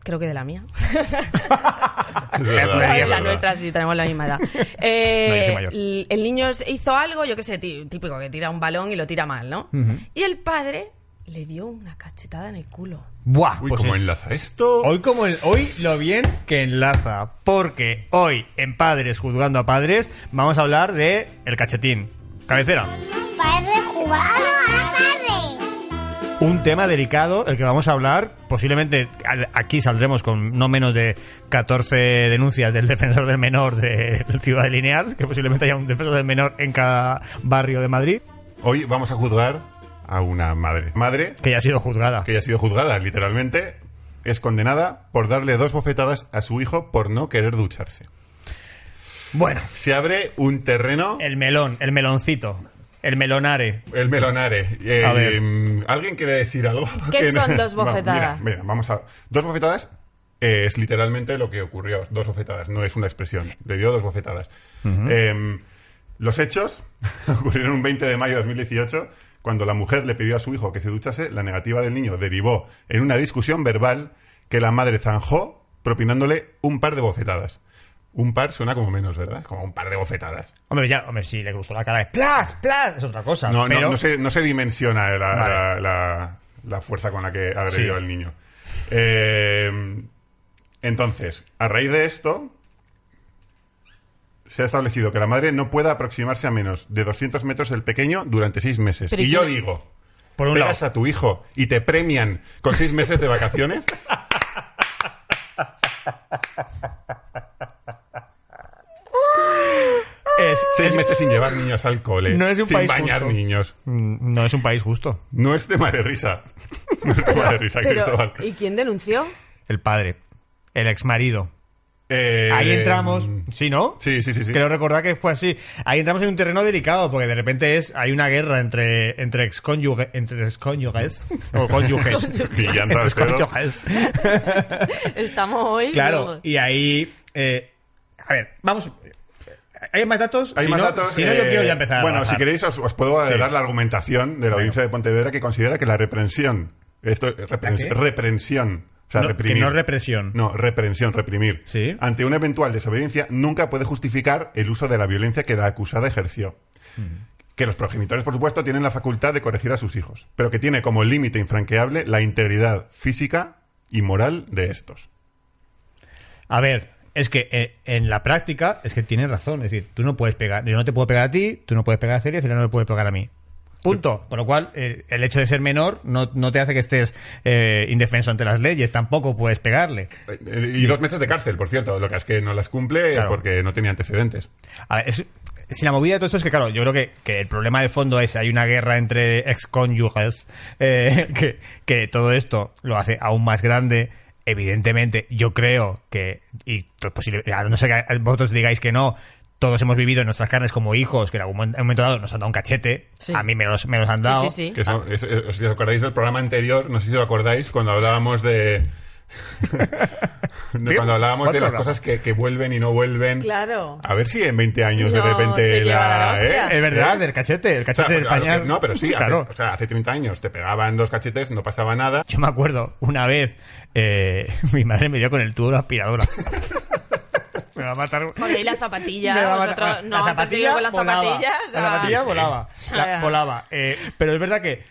B: creo que de la mía.
C: [laughs]
B: [laughs]
C: Es verdad,
A: Joder,
B: Ay,
C: es
B: la
C: verdad.
B: nuestra sí, tenemos la
A: [laughs]
B: misma edad.
A: No, yo
B: Eh,
A: soy mayor.
B: l- el niño se- hizo algo, yo qué sé, tí- típico, que tira un balón y lo tira mal, ¿no? Y el padre le dio una cachetada en el culo.
A: Buah,
C: Uy,
A: pues
C: ¿cómo
A: es-
C: enlaza esto?
A: Hoy como el- hoy lo bien que enlaza, porque hoy en Padres juzgando a padres vamos a hablar de el cachetín. Cabecera.
D: Padre jugando a padre.
A: Un tema delicado, el que vamos a hablar, posiblemente al- aquí saldremos con no menos de 14 denuncias del defensor del menor de [laughs] Ciudad de Lineal, que posiblemente haya un defensor del menor en cada barrio de Madrid,
C: Hoy vamos a juzgar a una madre. Madre
A: que ya ha sido juzgada.
C: que ya ha sido juzgada, literalmente, es condenada por darle dos bofetadas a su hijo por no querer ducharse.
A: Bueno,
C: Se abre un terreno,
A: el melón, el meloncito, el melonare.
C: el melonare. Eh,
A: A ver.
C: mm, ¿Alguien quiere decir algo?
B: ¿Qué
C: [laughs] Que no-
B: son dos
C: Va, mira,
B: bofetadas?
C: mira, vamos a... Dos bofetadas eh, es literalmente lo que ocurrió. Dos bofetadas, no es una expresión. Le dio dos bofetadas. Em, los hechos [laughs] ocurrieron un 20 de mayo de 2018 cuando la mujer le pidió a su hijo que se duchase. La negativa del niño derivó en una discusión verbal que la madre zanjó propinándole un par de bofetadas. Un par suena como menos, ¿verdad? Como un par de bofetadas.
A: Hombre, ya, hombre, sí, le cruzó la cara de plas, plas, es otra cosa.
C: No, no-
A: Ah, pero-
C: no, se, no se dimensiona eh, la,
A: Vale.
C: la- la- la fuerza con la que agredió
A: Sí.
C: al niño. Eh, entonces, a raíz de esto, se ha establecido que la madre no pueda aproximarse a menos de 200 metros del pequeño durante seis meses.
B: Pero
C: y
B: ¿y
C: yo
B: quién-
C: digo,
A: Por un
C: pegas
A: lado.
C: a tu hijo y te premian con seis meses
A: [laughs]
C: de vacaciones.
A: Es-
C: seis
A: es-
C: meses sin llevar niños al cole,
A: No es un
C: sin
A: país
C: bañar
A: justo.
C: niños.
A: Mm, No es un país justo.
C: No es tema de risa. [laughs] No es tema de risa,
B: Pero,
C: Cristóbal.
B: ¿Y quién denunció?
A: El padre, el exmarido,
C: Eh,
A: Ahí entramos, ¿sí, no?
C: Sí, sí, sí, sí.
A: Creo recordar que fue así. Ahí entramos en un terreno delicado, porque de repente es hay una guerra entre, entre excónyuge- entre excónyuges, o cónyuges.
C: Villan
A: Entre
C: Rastedo.
A: excónyuges.
B: Estamos hoy.
A: Claro,
B: luego.
A: y ahí... eh, a ver, vamos... ¿Hay más datos?
C: Hay
A: Si
C: más
A: no-
C: datos.
A: Si no, yo
C: eh,
A: quiero ya empezar. a
C: Bueno,
A: avanzar.
C: si queréis, os, os puedo
A: Sí.
C: dar la argumentación de la audiencia de Pontevedra que considera que la reprensión. Esto, eh, reprens-
A: ¿La qué?
C: reprensión. O sea,
A: No, que
C: reprimir.
A: no represión.
C: No, reprensión, reprimir.
A: Sí.
C: Ante una eventual desobediencia, nunca puede justificar el uso de la violencia que la acusada ejerció.
A: Mm.
C: Que los progenitores, por supuesto, tienen la facultad de corregir a sus hijos, pero que tiene como límite infranqueable la integridad física y moral de estos.
A: A ver, es que eh, en la práctica es que tienes razón. Es decir, tú no puedes pegar, yo no te puedo pegar a ti, tú no puedes pegar a Celia, Celia no me puede pegar a mí. Punto. Con lo cual, eh, el hecho de ser menor no, no te hace que estés eh, indefenso ante las leyes, tampoco puedes pegarle.
C: Eh, Y dos meses de cárcel, por cierto, lo que es que no las cumple
A: Claro.
C: porque no tenía antecedentes.
A: A ver, es, si la movida de todo esto es que, claro, yo creo que, que el problema de fondo es hay una guerra entre excónyuges [laughs] eh, que, que todo esto lo hace aún más grande. Evidentemente, yo creo que, y pues, posible- a no ser que vosotros digáis que no, todos hemos vivido en nuestras carnes como hijos que en algún mo- en un momento dado nos han dado un cachete.
B: Sí.
A: A mí me los, me los han dado.
B: sí, sí.
C: Que
A: Ah.
C: eso- es- es- si os acordáis del programa anterior, no sé si os acordáis, cuando hablábamos
A: [laughs]
C: de. de
A: Tío,
C: cuando hablábamos
A: ¿cuál
C: de las
A: programa?
C: cosas que, que vuelven y no vuelven.
B: Claro.
C: A ver si en 20 años de
B: No,
C: repente
B: se llevan a la
C: la.
B: hostia.
A: Es verdad,
C: ¿eh?
A: del cachete, el
C: O sea,
A: cachete del
C: a los que-
A: pañal.
C: no, pero sí, hace,
A: claro.
C: o sea, hace 30 años te pegaban dos cachetes, no pasaba nada.
A: Yo me acuerdo una vez, eh, [laughs] mi madre me dio con el tubo de la aspiradora. [laughs] me va a matar.
B: Porque ahí la zapatilla,
A: Me va a
B: vosotros
A: matar. Ah,
B: no han perseguido con las
A: volaba.
B: zapatillas. Ah. o sea,
A: Pues La zapatilla
C: Sí, sí.
A: volaba. La- volaba. Eh, pero es verdad que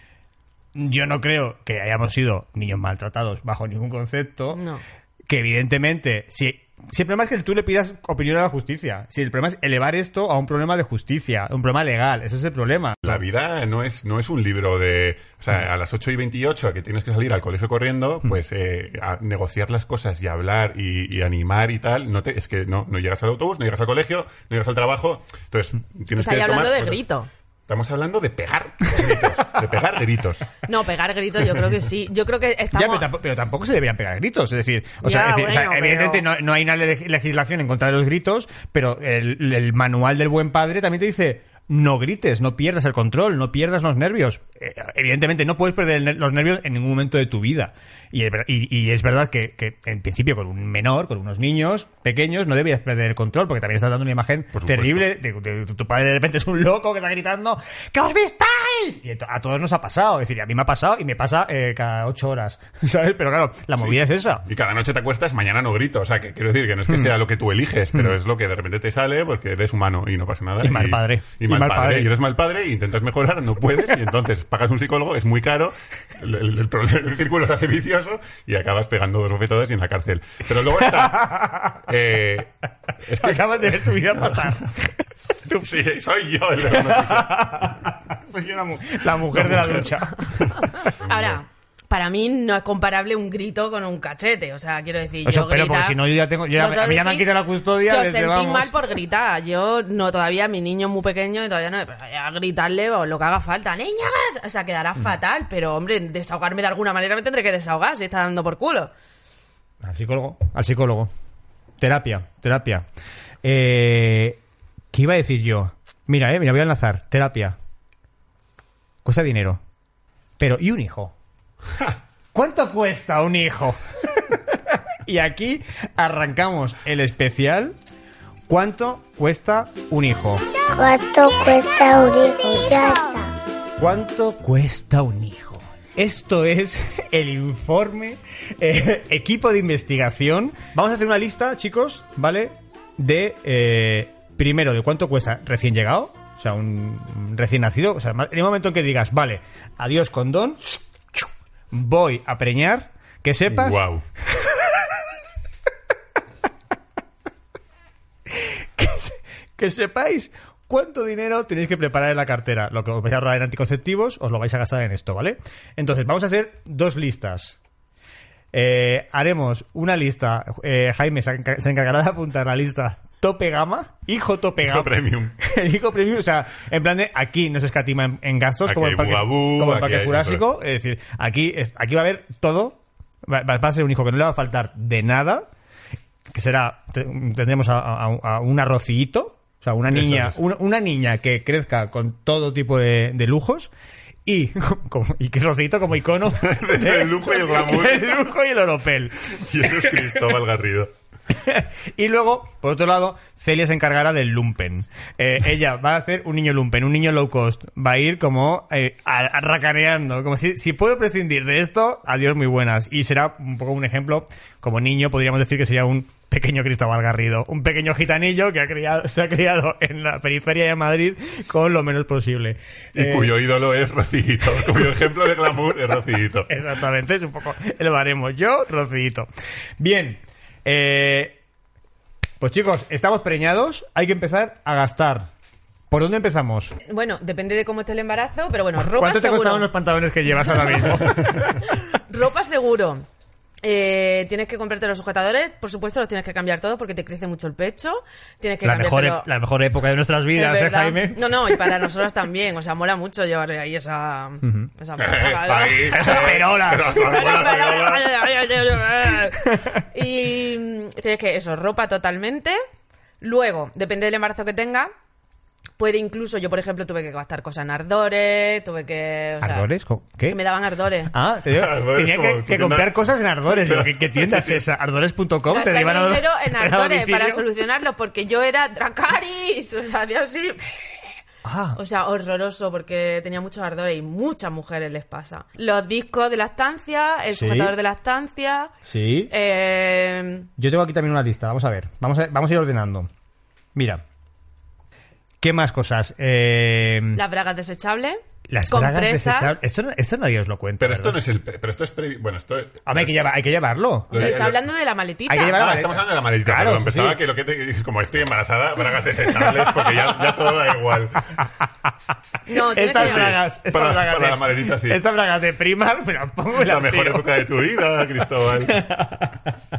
A: yo no creo que hayamos sido niños maltratados bajo ningún concepto.
B: No.
A: Que evidentemente, si, si el problema es que tú le pidas opinión a la justicia, si el problema es elevar esto a un problema de justicia, a un problema legal, ese es el problema.
C: La vida no es, no es un libro de. O sea, a las 8 y 28 que tienes que salir al colegio corriendo, pues eh, a negociar las cosas y hablar y, y animar y tal. No te, es que no, no llegas al autobús, no llegas al colegio, no llegas al trabajo. Entonces, tienes
B: Estáis
C: que. tomar-
B: hablando de grito.
C: Estamos hablando de pegar gritos. De pegar gritos.
B: No, pegar gritos yo creo que sí. Yo creo que
A: Ya,
B: estamos...
A: pero, tampo- pero tampoco se deberían pegar gritos. Es decir, o sea,
B: Ya,
A: es decir, o sea,
B: bueno, pero-
A: evidentemente no, no hay una le- legislación en contra de los gritos, pero el, el manual del buen padre también te dice. No grites, no pierdas el control, no pierdas los nervios. Eh, evidentemente, no puedes perder el ner- los nervios en ningún momento de tu vida. Y es, ver- y- y es verdad que, que, en principio, con un menor, con unos niños pequeños, no deberías perder el control, porque también estás dando una imagen
C: Por supuesto.
A: terrible de, de- de- tu padre de repente es un loco que está gritando ¡Que os vistáis! Y to- a todos nos ha pasado. Es decir, a mí me ha pasado y me pasa eh, cada ocho horas. [laughs] ¿Sabes? Pero claro, la movida es esa.
C: Y cada noche te acuestas, mañana no grito. O sea, que quiero decir que no
A: Mm.
C: es que sea lo que tú eliges, pero es lo que de repente te sale porque eres humano y no pasa nada.
A: Y mal padre.
C: Y, mal, padre. Y eres mal padre y intentas mejorar, no puedes. Y entonces pagas un psicólogo, es muy caro, el, el- el problema- el círculo se hace vicioso y acabas pegando dos bofetadas y en la cárcel. Pero
A: [laughs]
C: luego está... eh, es que...
A: Acabas de ver tu vida [laughs] pasar.
C: [laughs] Sí, soy yo el de la noticia.
A: Soy yo la, mu- la mujer de la lucha. [laughs]
B: Ahora, para mí no es comparable un grito con un cachete. O sea, quiero decir,
A: Eso
B: yo
A: espero, porque
B: gritar-
A: si no yo ya tengo- yo ya-
B: Vosotros
A: a mí ya me han
B: decís
A: quitado la custodia
B: que os
A: desde,
B: sentís
A: vamos.
B: mal por gritar. Yo no, todavía mi niño es muy pequeño y todavía no me... pero ya gritarle o lo que haga falta. ¡Niñas! O sea, quedará
A: Mm.
B: fatal. Pero, hombre, desahogarme de alguna manera me tendré que desahogar si está dando por culo.
A: Al psicólogo. Al psicólogo. Terapia, terapia. Eh, ¿Qué iba a decir yo? Mira, eh, mira, voy a enlazar. Terapia. Cuesta dinero. Pero, ¿y un hijo? ¿Cuánto cuesta un hijo? [laughs] y aquí arrancamos el especial. ¿Cuánto cuesta un hijo?
D: ¿Cuánto cuesta un hijo? Ya está.
A: ¿Cuánto cuesta un hijo? Esto es [laughs] el informe eh, equipo de investigación. Vamos a hacer una lista, chicos, ¿vale? De eh, primero, de cuánto cuesta recién llegado, o sea, un un recién nacido. O sea, ma- en el momento en que digas, vale, adiós condón, voy a preñar, que sepas
C: Guau.
A: [laughs] que sepáis cuánto dinero tenéis que preparar en la cartera. Lo que os vais a ahorrar en anticonceptivos, os lo vais a gastar en esto, ¿vale? Entonces, vamos a hacer dos listas. Eh, haremos una lista. eh, Jaime se enca- se encargará de apuntar la lista tope gama, hijo tope
C: Hijo
A: gama.
C: premium.
A: [laughs] El hijo premium, o sea, en plan de aquí no se escatima en, en gastos
C: Aquí
A: como
C: hay
A: el parque,
C: bugabú,
A: como el
C: aquí
A: parque
C: hay-
A: jurásico. Es decir, aquí, es- aquí va a haber todo. Va, va- va a ser un hijo que no le va a faltar de nada. que será, te- tendremos a, a- a un arrocillito, o sea, una
C: Eso
A: niña,
C: es.
A: una, una niña que crezca con todo tipo de, de lujos y, [laughs] como- y que arrocillito como
C: [laughs]
A: icono
C: El lujo y el glamour.
A: [laughs] El lujo y el oropel.
C: Y eso es Cristóbal Garrido.
A: y luego, por otro lado, Celia se encargará del lumpen. Eh, ella va a hacer un niño lumpen, un niño low cost. Va a ir como eh, a- a- racaneando. Como si, si puedo prescindir de esto, adiós muy buenas. Y será un poco un ejemplo, como niño podríamos decir que sería un pequeño Cristóbal Garrido. Un pequeño gitanillo que ha criado, [laughs] se ha criado en la periferia de Madrid con lo menos posible.
C: Y
A: Eh,
C: cuyo ídolo es Rocillito. Cuyo ejemplo de glamour es Rocillito.
A: Exactamente, es un poco el baremo. Yo, Rocito. Bien. eh, pues chicos, estamos preñados. Hay que empezar a gastar. ¿Por dónde empezamos?
B: Bueno, depende de cómo esté el embarazo, pero bueno, ropa
A: ¿Cuánto te
B: seguro.
A: costaron los pantalones que llevas ahora mismo?
B: Ropa seguro. Eh, tienes que comprarte los sujetadores, por supuesto los tienes que cambiar todos porque te crece mucho el pecho. Tienes [laughs] que
A: la, mejor, e-
B: cambiártelo-
A: la mejor época de nuestras vidas,
B: Es
A: ¿eh,
B: verdad.
A: Jaime?
B: No, no, y para nosotros también. O sea, mola mucho llevar ahí esa. esa
C: [laughs] Pa' ahí, eh,
A: Esas perolas.
C: pero con buena perola.
A: [laughs]
B: y mm, tienes que eso, ropa totalmente. Luego, depende del embarazo que tenga, puede incluso, yo por ejemplo tuve que gastar cosas en ardores, tuve que... o sea,
A: ¿Ardores? ¿Con- ¿Qué?
B: Que me daban ardores.
A: Ah, te digo,
C: Ardores
A: tenía
C: como
A: que,
C: tu
A: que
C: tienda.
A: comprar cosas en [laughs] Ardores. Digo, ¿qué, qué tienda es esa? Ardores.com te
B: Gastarme
A: llevan a
B: dinero
A: [laughs]
B: en
A: te llevan a
B: ardores para
A: domicilio.
B: solucionarlo porque yo era Dracari, o sea, había así-
A: Ah,
B: O sea, horroroso porque tenía muchos ardores y muchas mujeres les pasa. Los discos de la estancia, el
A: Sí.
B: sujetador de la estancia.
A: sí.
B: eh,
A: Yo tengo aquí también una lista, vamos a ver. Vamos a, vamos a ir ordenando. Mira. ¿Qué más cosas? Eh,
B: las bragas desechables.
A: las bragas
B: compresas.
A: desechables. Esto, no- esto nadie os lo cuenta.
C: Pero esto
A: ¿verdad?
C: no es el. pe- Pero esto es previo. Bueno, esto. es-
A: Hombre, hay que, lleva- hay que llevarlo.
C: Lo-
B: Está
C: lo-
B: hablando de la
A: eh,
B: maletita.
A: Hay que llevar-
C: Ah,
A: la
C: estamos
A: maleta.
C: hablando de la maletita.
A: Claro,
C: perdón.
A: sí,
C: pensaba
A: sí.
C: que lo que te es como estoy embarazada, bragas desechables, porque ya, ya todo da
A: [laughs]
C: igual.
B: [laughs] No, tienes que
A: Estas
B: llevar-
A: bragas, estas
C: Para-
A: bragas
C: para
A: de-
C: la maletita, sí.
A: Estas bragas de primar, me las pongo y
C: La
A: las
C: mejor
A: tiro.
C: época de tu vida, Cristóbal.
A: [laughs]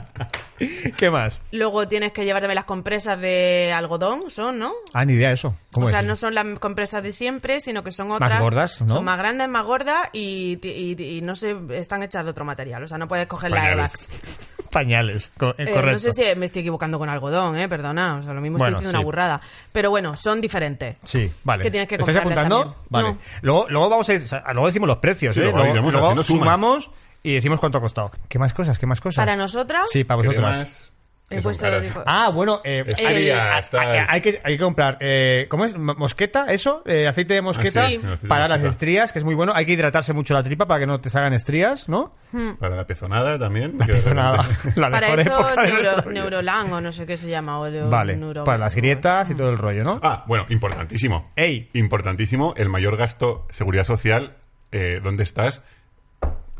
A: ¿Qué más?
B: Luego tienes que llevarme las compresas de algodón, son, ¿no?
A: Ah, ni idea eso. ¿Cómo
B: O
A: es
B: sea,
A: eso?
B: no son las compresas de siempre, sino que son otras.
A: gordas, ¿no?
B: Son más grandes, más gordas y, ti- y- y no se están hechas de otro material. O sea, no puedes coger
A: Pues
B: las
C: Pañales.
B: Airbags.
A: Pañales, co- eh,
B: Eh,
A: correcto.
B: no sé si me estoy equivocando con algodón, ¿eh? Perdona, o sea, lo mismo
A: Bueno,
B: estoy diciendo
A: sí.
B: una burrada. Pero bueno, son diferentes.
A: Sí, vale.
B: Que tienes que
A: ¿Estáis
B: comprarlas
A: apuntando?
B: también.
A: Vale.
B: No.
A: Luego, luego vamos a ir- o sea, luego decimos los precios,
C: Sí,
A: ¿eh?
C: luego
A: Luego,
C: iremos
A: luego
C: haciendo sumas.
A: sumamos y decimos cuánto ha costado. ¿Qué más cosas? ¿Qué más cosas?
B: Para nosotras,
A: Sí, para vosotras.
C: Cremas, que
B: he
C: son
B: puesto.
C: caras.
B: dijo-
A: Ah, bueno, eh,
C: Es
A: hay,
C: fría,
A: hay-
C: está-
A: hay- hay que, hay que comprar, eh, ¿cómo es? ¿Mo- ¿Mosqueta? ¿Eso? Eh, ¿Aceite de mosqueta?
C: Ah, sí, aceite de
A: Para
C: mosqueta.
A: las estrías, que es muy bueno. Hay que hidratarse mucho la tripa para que no te salgan estrías, ¿no?
C: Para la pezonada también. que de
A: Eso nada, [laughs]
C: repente-
A: la
B: para
A: mejor
B: eso,
A: época de
B: neuro-
A: nuestra vida.
B: Neurolan o no sé qué se llama. O de-
A: Vale,
B: neuro-
A: para las grietas y todo el rollo, ¿no?
C: Ah, bueno, importantísimo.
A: Ey.
C: Importantísimo, el mayor gasto, seguridad social, eh, ¿dónde estás?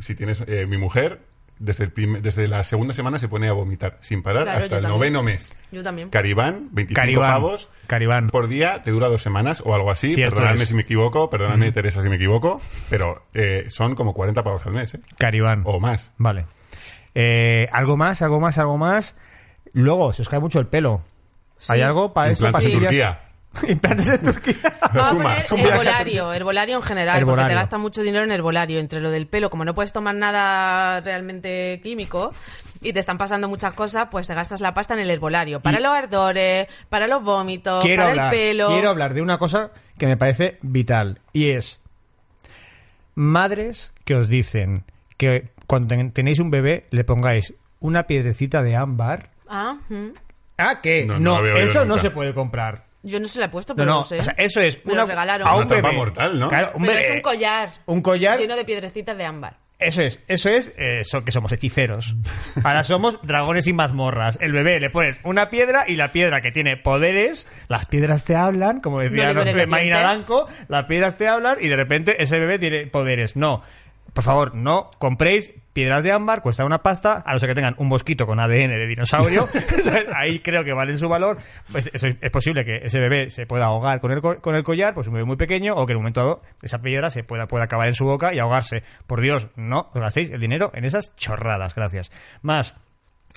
C: Si tienes eh, mi mujer, desde, el prim- desde la segunda semana se pone a vomitar sin parar
B: Claro,
C: hasta
B: yo
C: el
B: también.
C: noveno mes.
B: Yo también.
C: Caribán, 25
A: Caribán,
C: pavos.
A: Caribán.
C: Por día te dura dos semanas o algo así.
A: Cierto
C: perdonadme
A: es.
C: si me equivoco, perdonadme Teresa si me equivoco, pero eh, son como 40 pavos al mes, ¿eh?
A: Caribán.
C: O más.
A: Vale. Eh, algo más, algo más, algo más. Luego, se os cae mucho el pelo. ¿Hay algo para Ah, eso?
C: Implantes en
A: ¿Pastillas?
C: Turquía. Ah,
A: Implantes [laughs] en
B: [laughs]
A: Turquía.
B: Vamos a
C: Suma,
B: poner
C: suma.
B: herbolario, herbolario en general, porque
A: Herbolario.
B: te gasta mucho dinero en herbolario, entre lo del pelo, como no puedes tomar nada realmente químico y te están pasando muchas cosas, pues te gastas la pasta en el herbolario, para
A: Y-
B: los ardores, para los vómitos,
A: quiero
B: para
A: hablar,
B: el pelo.
A: Quiero hablar de una cosa que me parece vital y es madres que os dicen que cuando ten- tenéis un bebé le pongáis una piedrecita de ámbar.
B: Ah, mm.
A: Ah, que
C: No,
A: no,
C: no lo había oído
A: eso no
C: nunca.
A: se puede comprar.
B: Yo no se la he puesto,
A: No,
B: pero
A: no,
B: no sé.
A: o sea, eso es
B: Me
A: una
B: lo regalaron.
A: a un
C: Una trampa
A: bebé.
C: mortal, ¿no?
A: Claro, un
B: Pero
A: bebé.
B: es un collar.
A: Un collar
B: Lleno de piedrecitas de ámbar.
A: Eso es, eso es eh, so- que somos hechiceros. Ahora somos dragones y mazmorras. El bebé le pones una piedra y la piedra que tiene poderes, las piedras te hablan, como decía
B: le duelen los
A: Marina
B: dientes.
A: Danco, las piedras te hablan y de repente ese bebé tiene poderes. No, por favor, no compréis piedras de ámbar, cuesta una pasta, a no ser que tengan un mosquito con ADN de dinosaurio. [laughs] ¿sabes? Ahí creo que valen su valor. Pues eso es, es posible que ese bebé se pueda ahogar con el, co- con el collar, pues un bebé muy pequeño, o que en un momento dado esa piedra se pueda, pueda acabar en su boca y ahogarse. Por Dios, no os gastéis el dinero en esas chorradas, gracias. Más,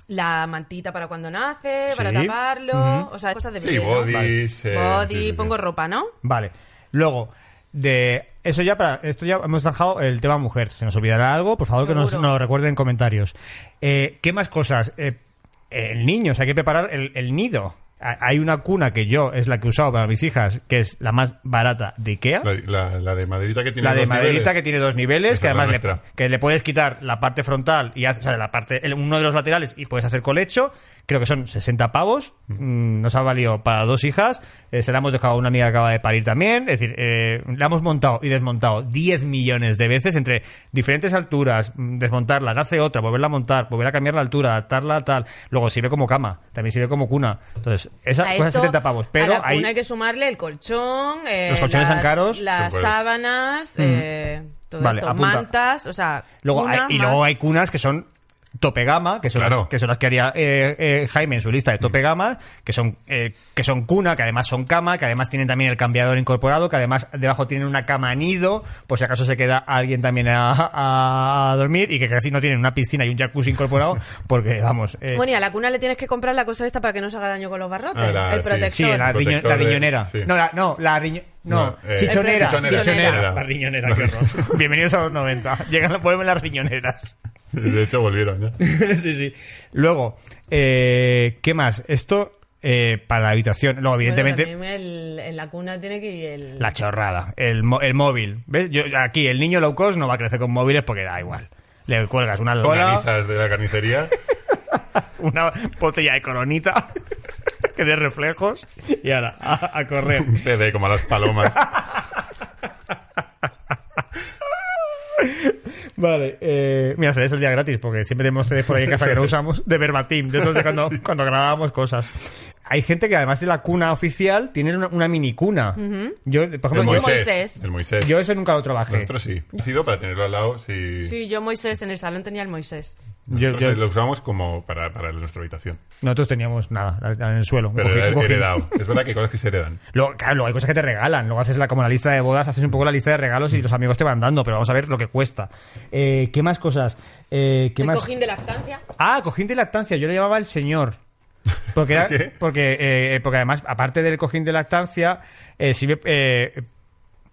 B: La mantita para cuando nace,
A: Sí.
B: para taparlo, o sea, cosas de
C: Sí,
B: bebé, ¿no?
C: bodies, eh,
B: Body,
C: sí, sí, sí.
B: pongo ropa, ¿no?
A: Vale. Luego, de eso ya para esto ya hemos zanjado el tema mujer. Se nos olvidará algo, por favor que nos,
B: Seguro.
A: nos lo recuerden en comentarios. Eh, ¿Qué más cosas? Eh,
E: el niño, o sea, hay que preparar el, el nido. Ha- Hay una cuna que yo es la que he usado para mis hijas, que es la más barata de Ikea.
C: La, la- la de maderita que tiene
E: La de
C: dos
E: maderita
C: niveles.
E: que tiene dos niveles,
C: Esa
E: que
C: es la
E: además le,
C: nuestra.
E: que le puedes quitar la parte frontal y hace- o sea, la parte, el- uno de los laterales y puedes hacer colecho. Creo que son 60 pavos. Mm, nos ha valido para dos hijas. Eh, se la hemos dejado a una amiga que acaba de parir también. Es decir, eh, la hemos montado y desmontado 10 millones de veces entre diferentes alturas, mm, desmontarla, la hace otra, volverla a montar, volver a cambiar la altura, adaptarla a tal. Luego sirve como cama, también sirve como cuna. Entonces, esa
B: A
E: cuesta
B: esto,
E: 70 pavos. Pero
B: a la
E: hay,
B: cuna hay que sumarle el colchón, eh,
E: Los colchones
B: las-
E: son caros. Mm.
B: las
C: Son caros.
B: sábanas, eh, todo
E: Vale,
B: esto,
E: apunta.
B: mantas, o sea,
E: Luego
B: cuna
E: hay- y
B: más-
E: luego hay cunas que son tope gama, que son,
C: Claro.
E: las, que son las que haría eh, eh, Jaime en su lista de tope gama, que son, eh, que son cuna, que además son cama, que además tienen también el cambiador incorporado, que además debajo tienen una cama nido, por si acaso se queda alguien también a, a dormir, y que casi no tienen una piscina y un jacuzzi incorporado, porque vamos... eh,
B: Bueno, y a la cuna le tienes que comprar la cosa esta para que no se haga daño con los barrotes,
C: Ah, la-
B: el
C: sí,
B: protector.
E: Sí, la,
C: Protector
E: riño-
C: de-
E: la riñonera.
C: sí.
E: No, la, no, la riño- no,
C: No, eh,
E: chichonera.
B: Chichonera.
E: Chichonera.
C: Chichonera.
E: La riñonera, qué horror. [laughs] Bienvenidos a los 90. Llegan, vuelven las riñoneras.
C: [laughs] De hecho, volvieron ya.
E: [laughs] sí, sí. Luego, eh, ¿qué más? Esto eh, para la habitación. Luego,
B: Bueno,
E: evidentemente,
B: también el- en la cuna tiene que ir el...
E: la chorrada, el, mo- el móvil. ¿Ves? Yo, aquí, el niño low cost no va a crecer con móviles porque da igual. Le cuelgas una lona,
C: Organizas de la
E: [laughs]
C: carnicería.
E: una botella de coronita [laughs] que dé reflejos y ahora, a, a
C: [laughs]
E: correr.
C: Un CD como a las
E: [laughs]
C: palomas.
E: Vale, eh, mira, es el día gratis porque siempre tenemos CDs por ahí en casa que no usamos de verbatim, de esos de cuando, cuando grabábamos cosas. Hay gente que además de la cuna oficial tiene una, una mini cuna. Yo, por ejemplo,
C: El
E: yo-
C: Moisés.
B: Moisés.
C: El Moisés.
E: Yo eh. eso nunca lo trabajé.
C: Nosotros sí. Ha sido para tenerlo al lado. Sí.
B: Sí, yo Moisés, en el salón tenía el Moisés.
E: Yo-
C: Nosotros
E: yo-
C: lo usamos como para, para nuestra habitación.
E: nosotros teníamos nada la- la- en el suelo. un
C: Pero
E: cojín-
C: era
E: un cojín.
C: heredado. Es verdad que hay cosas que se heredan.
E: Luego, claro, luego hay cosas que te regalan. Luego haces la, como la lista de bodas, haces un poco la lista de regalos
C: Mm.
E: y los amigos te van dando, pero vamos a ver lo que cuesta. Eh, ¿Qué más cosas? Eh, ¿Qué
B: El
E: más?
B: cojín de lactancia.
E: Ah, cojín de lactancia, yo le llamaba el señor. Porque, era-
C: [laughs] ¿Por qué?
E: porque, eh, porque además, aparte del cojín de lactancia, eh, sirve, eh,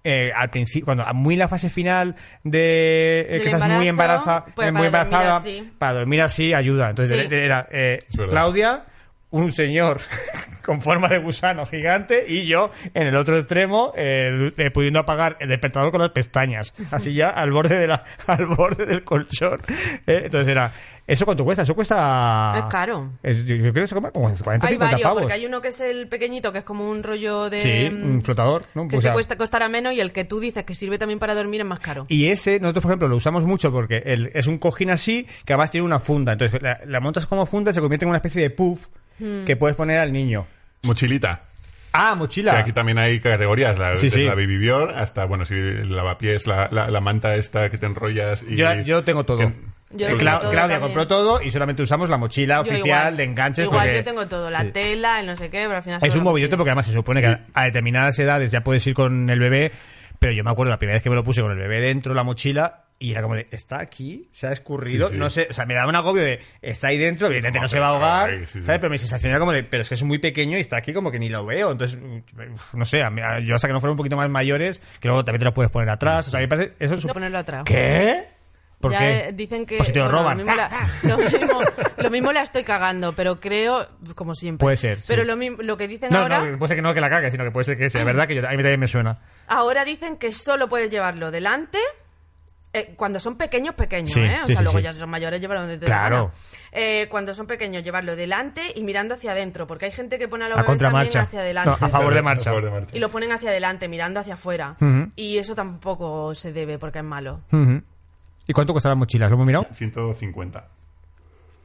E: eh, al principio, cuando muy en la fase final de eh, que
B: Del
E: estás muy,
B: embarazo,
E: embaraza,
B: pues,
E: eh, muy
B: para dormir
E: embarazada,
B: así.
E: para dormir así ayuda. Entonces
B: Sí.
E: era eh,
C: Es verdad.
E: Claudia, un señor [laughs] con forma de gusano gigante y yo en el otro extremo eh, eh, pudiendo apagar el despertador con las pestañas, así ya al borde de la, [laughs] al borde del colchón. Eh, entonces era eso cuánto cuesta, eso cuesta
B: Es caro.
E: Es- yo, yo creo que se como 40
B: Hay
E: 50
B: varios,
E: pavos.
B: porque hay uno que es el pequeñito, que es como un rollo de... mm,
E: Sí, un flotador, ¿no? Pues
B: Que
E: O
B: se
E: sea,
B: cuesta, costará menos y el que tú dices que sirve también para dormir es más caro.
E: Y ese, nosotros, por ejemplo, lo usamos mucho porque el- es un cojín así que además tiene una funda. Entonces, la, la montas como funda y se convierte en una especie de puff
B: Hmm.
E: que puedes poner al niño.
C: Mochilita.
E: Ah, mochila.
C: Que aquí también hay categorías. La,
E: Sí,
C: desde
E: sí.
C: la Baby Bior hasta, bueno, si el lavapiés, la, la, la manta esta que te enrollas. Y,
E: Yo, yo tengo todo.
C: que-
B: Yo
E: Eh,
B: tengo
E: Cla-
B: todo
E: Claudia
B: también.
E: compró todo y solamente usamos la mochila
B: Yo
E: oficial
B: igual.
E: de enganches.
B: Igual
E: porque
B: yo tengo todo, la
E: Sí.
B: tela, el no sé qué, pero al final...
E: Es
B: solo
E: un
B: la
E: movillote
B: mochila.
E: porque además se supone que a- a determinadas edades ya puedes ir con el bebé, pero yo me acuerdo la primera vez que me lo puse con el bebé dentro, la mochila, y era como de, está aquí, se ha escurrido,
C: Sí, sí.
E: no sé, o sea, me daba un agobio de, está ahí dentro, evidentemente
C: No,
E: no se va a
C: pero
E: ahogar,
C: ahí, sí, sí.
E: ¿sabes? Pero mi sensación era como de, pero es que es muy pequeño y está aquí como que ni lo veo, entonces, uf, no sé, a mí- a- yo hasta que no fueran un poquito más mayores, que luego también te lo puedes poner atrás, o sea, a mí me parece, eso es...
B: No ponerlo atrás.
E: ¿Qué? ¿Por
B: ya
E: qué?
B: eh, dicen que...
E: Pues si te lo
B: bueno,
E: roban.
B: Lo mismo, la, lo mismo- lo mismo la estoy cagando, pero creo, como siempre.
E: Puede ser, sí.
B: Pero lo, mi- lo que dicen
E: [laughs] No,
B: ahora...
E: no, puede ser que no que la cague, sino que puede ser que sea, ¿verdad? Que yo, a mí también me suena.
B: Ahora dicen que solo puedes llevarlo delante eh, cuando son pequeños, pequeños,
E: Sí,
B: ¿eh? O
E: sí,
B: sea,
E: sí,
B: luego
E: sí.
B: ya si son mayores, llevarlo donde te dé
E: Claro.
B: la gana. Eh, cuando son pequeños, llevarlo delante y mirando hacia adentro, porque hay gente que pone a los
E: A
B: bebés
E: contramarcha.
B: también hacia adelante.
E: No, a favor de marcha.
C: A favor de marcha.
B: Y lo ponen hacia adelante, mirando hacia afuera.
E: Ujú.
B: Y eso tampoco se debe, porque es malo.
E: Ujú. ¿Y cuánto cuestan las mochilas? ¿Lo hemos mirado?
C: 150.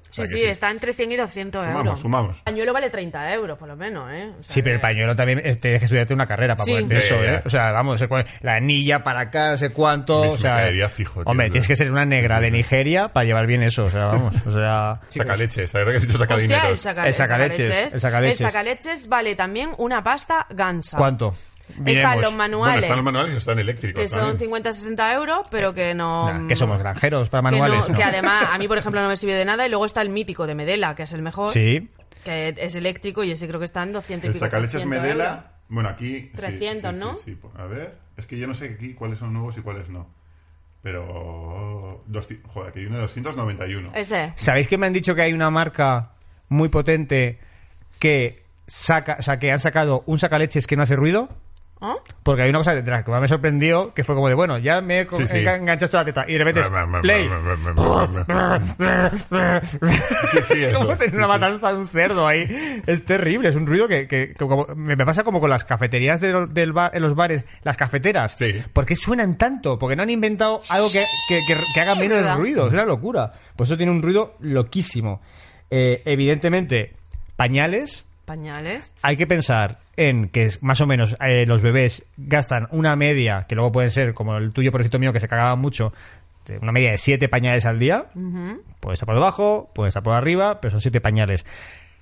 B: Sí,
C: sea que
B: sí,
C: sí.
B: está entre 100 y 200
C: Sumamos,
B: euros.
C: sumamos.
B: El pañuelo vale 30 euros, por lo menos, ¿eh? O sea,
E: Sí, pero el
B: que-
E: pañuelo también eh, tienes que estudiarte una carrera para
B: Sí.
E: poder de
C: Sí,
E: eso,
C: ya.
E: ¿eh? O sea, vamos, se pone la anilla para acá, no sé cuánto.
C: Me-
E: o
C: me
E: sea,
C: caería fijo, tío,
E: hombre,
C: ¿verdad?
E: tienes que ser una negra de Nigeria para llevar bien eso, o sea, vamos. O
B: [laughs]
E: sea,
C: Saca leche. ¿Sabes que si tú saca
B: Hostia,
C: dinero?
B: el, saca-
E: El sacaleches, el sacaleches.
B: El sacaleches vale también una pasta gansa.
E: ¿cuánto?
B: Están
E: Miremos.
B: los
C: Bueno,
B: manuales.
C: están los manuales y están eléctricos.
B: que son
C: también.
B: 50-60 euros, pero que no...
E: Nah, que somos granjeros para
B: que no-
E: manuales.
B: Que,
E: ¿no?
B: además, a mí,
E: [laughs]
B: por ejemplo, no me sirve de nada. Y luego está el mítico de Medela, que es el mejor.
E: Sí.
B: Que es eléctrico y ese creo que está en 200 y
C: El
B: pico.
C: sacaleches
B: 300 euros.
C: Medela. Bueno, aquí. sí,
B: 300,
C: sí, sí,
B: ¿no?
C: Sí, A ver. Es que yo no sé aquí cuáles son nuevos y cuáles no. Pero. 200 Joder, aquí hay uno de 291.
B: Ese.
E: ¿Sabéis que me han dicho que hay una marca muy potente que saca, o sea, que han sacado un sacaleches que no hace ruido.
B: ¿Ah?
E: Porque hay una cosa detrás que me sorprendió, que fue como de, bueno, ya me he co-
C: Sí, sí.
E: enganchado toda la teta y de repente Este es play.
C: Sí, sí,
E: [laughs] es como
C: eso.
E: tener una
C: Sí, sí.
E: matanza de un cerdo ahí. Es terrible, es un ruido que, que- que como- me me pasa como con las cafeterías de, lo- del bar- en los bares, las cafeteras.
C: Sí.
E: ¿Por qué suenan tanto? Porque no han inventado algo que, que- que- que haga menos
B: verdad.
E: ruido. Es una locura. Por eso tiene un ruido loquísimo. Eh, evidentemente, pañales
B: Pañales.
E: hay que pensar en que es- más o menos eh, los bebés gastan una media, que luego pueden ser como el tuyo, por ejemplo mío, que se cagaba mucho, de una media de siete pañales al día. Puede estar por debajo, puede estar por arriba, pero son siete pañales.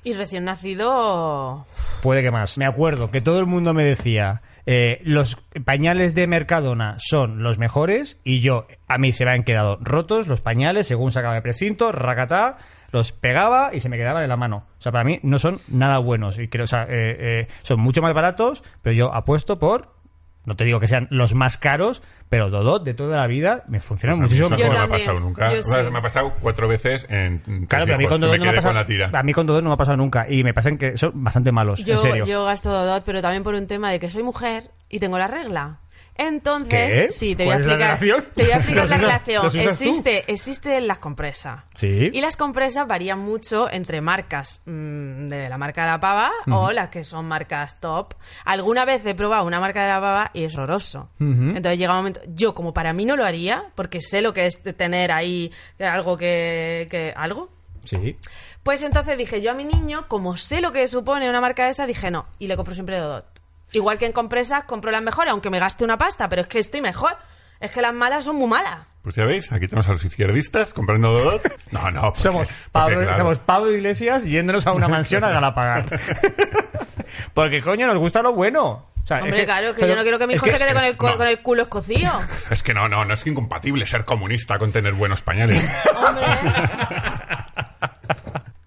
B: Y recién nacido.
E: Puede que más. Me acuerdo que todo el mundo me decía, eh, los pañales de Mercadona son los mejores y yo, a mí se me han quedado rotos los pañales según sacaba el precinto, racatá, los pegaba y se me quedaban en la mano. O sea, para mí no son nada buenos. Y creo, o sea, eh, eh, son mucho más baratos, pero yo apuesto por... No te digo que sean los más caros, pero Dodot de toda la vida me funcionan muchísimo.
C: Eso
B: Yo
C: no me ha
B: también,
C: pasado nunca.
B: yo
C: O sea,
B: sí.
C: Me ha pasado cuatro veces en tres
E: Claro, pero a mí
C: hijos.
E: con Dodot
C: Me
E: no me ha
C: quedé
E: pasado,
C: con la tira.
E: a mí con Dodot no me ha pasado nunca. Y me pasan que son bastante malos, en
B: Yo,
E: serio.
B: yo gasto Dodot, pero también por un tema de que soy mujer y tengo la regla. Entonces,
E: ¿Qué?
B: sí, te voy a
E: ¿Cuál es la
B: explicar.
E: relación? [laughs]
B: Te voy a explicar
E: ¿Los
B: la
E: usas-
B: relación.
E: los usas tú?
B: Existe, existe las compresas.
E: Sí.
B: Y las compresas varían mucho entre marcas mm, de la marca de la pava o las que son marcas top. Alguna vez he probado una marca de la pava y es horroroso. Entonces llega un momento. Yo, como para mí no lo haría, porque sé lo que es tener ahí algo que. que algo.
E: Sí.
B: Pues entonces dije yo a mi niño, como sé lo que supone una marca de esa, dije no, y le compro siempre Dodot. Igual que en compresas, compro las mejores, aunque me gaste una pasta, pero es que estoy mejor. Es que las malas son muy malas.
C: Pues ya veis, aquí tenemos a los izquierdistas comprando Dodot. No, no. porque-
E: Somos
C: porque,
E: Pablo,
C: claro,
E: somos Pablo Iglesias yéndonos a una mansión
C: [laughs]
E: a Galapagar. Porque, coño, nos gusta lo bueno. O sea,
B: Hombre,
E: es que-
B: claro, que
E: o sea,
B: yo no quiero que mi
E: es
B: hijo se quede
C: Ah, eh, es
B: con el, cu-
C: que- no.
B: con el culo escocido.
C: Es que no, no, no es incompatible ser comunista con tener buenos pañales. [laughs]
B: Hombre,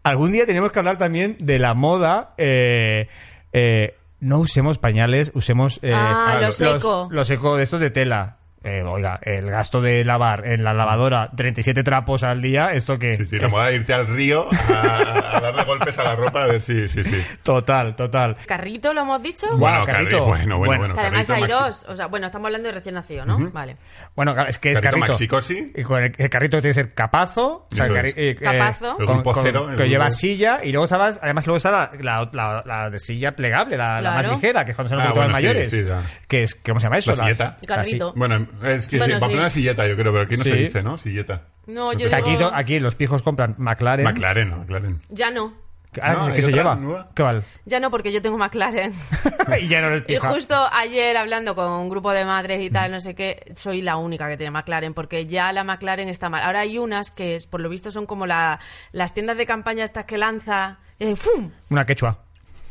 E: Algún día tenemos que hablar también de la moda. eh, eh, no usemos pañales, usemos eh,
B: Ah, los eco.
E: Los, eco de estos de tela. Eh, oiga, el gasto de lavar en la lavadora 37 trapos al día, esto que...
C: Sí, sí, la moda de irte al río a, a darle golpes a la ropa a ver si, sí, sí.
E: Total, total.
B: carrito, lo hemos dicho.
E: Guau,
C: Bueno,
E: Carrito.
C: Carri- bueno, bueno,
E: Bueno.
C: bueno,
B: Que además
C: Carrito
B: hay
C: Maxi-
B: dos. O sea, bueno, estamos hablando de recién nacido, ¿no? Vale.
E: Bueno, claro, es que es
C: Carrito
E: carrito.
C: maxicosi.
E: Y con el, el carrito tiene que ser capazo. o sea,
C: Eso
E: cari-
C: es.
E: eh,
B: Capazo.
E: eh,
C: El
E: con-
C: grupo
E: con-
C: cero, el
E: que
C: grupo-
E: lleva silla y luego estaba, además luego está la, la, la- la de silla plegable, la, la
B: Claro.
E: más ligera, que es cuando son un
C: Ah,
E: poquito más
C: bueno, sí,
E: mayores.
C: sí, ya.
E: que es, ¿cómo se llama eso?
C: La
E: Las-
C: silleta.
B: Carrito.
C: Bueno, es que
B: Bueno,
C: sí, va a
B: sí.
C: poner una silleta, yo creo, pero aquí no se
E: Sí.
C: dice, ¿no? Silleta.
B: No, yo
E: la- que Aquí,
B: digo-
E: to- aquí los pijos compran McLaren.
C: McLaren, no, McLaren.
B: Ya no.
E: Ah,
C: No, hay
E: ¿Qué se
C: otra
E: lleva?
C: nueva.
E: ¿Qué
B: [laughs]
E: vale?
B: Ya no, porque yo tengo
C: [laughs]
B: McLaren.
E: y ya no eres
B: Y
E: pija.
B: justo ayer hablando con un grupo de madres y
E: Mm.
B: tal, no sé qué, soy la única que tiene McLaren, porque ya la McLaren está mal. Ahora hay unas que, es- por lo visto, son como la- las tiendas de campaña estas que lanza. y hacen ¡fum!
E: Una quechua.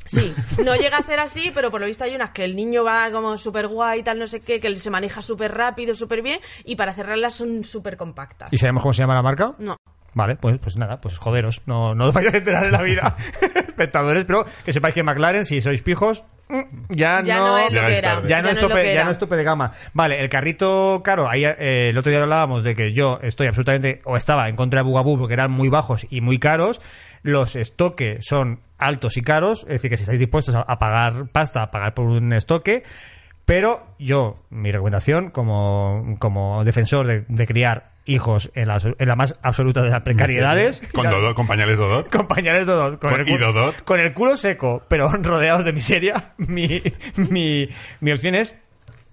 E: [laughs]
B: Sí, no llega a ser así, pero por lo visto hay unas que el niño va como súper guay y tal, no sé qué, que él se maneja súper rápido, súper bien, y para cerrarlas son súper compactas.
E: ¿Y sabemos cómo se llama la marca?
B: No.
E: Vale, pues, pues nada, pues joderos, no, no os vais a enterar en la vida, [laughs] espectadores, pero que sepáis que McLaren, si sois pijos, mm, ya,
B: Ya no, es lo
C: Ya
B: que
C: es
B: era.
C: tarde.
E: Ya no, es
B: lo que
E: tope, ya
B: era.
E: no es tope de gama. Vale, el carrito, claro, ahí, eh, el otro día hablábamos de que yo estoy absolutamente, o estaba en contra de Bugaboo porque eran muy bajos y muy caros. Los estoque son altos y caros, es decir, que si estáis dispuestos a, a pagar pasta, a pagar por un estoque. Pero yo, mi recomendación como, como defensor de, de criar hijos en la, en la más absoluta de las precariedades.
C: Con Dodot, con pañales
E: [laughs]
C: Dodot.
E: Con pañales Dodot. Con,
C: Con-
E: el, cu-
C: y Dodot.
E: con el culo seco, pero [laughs] rodeados de miseria, mi, mi, mi opción es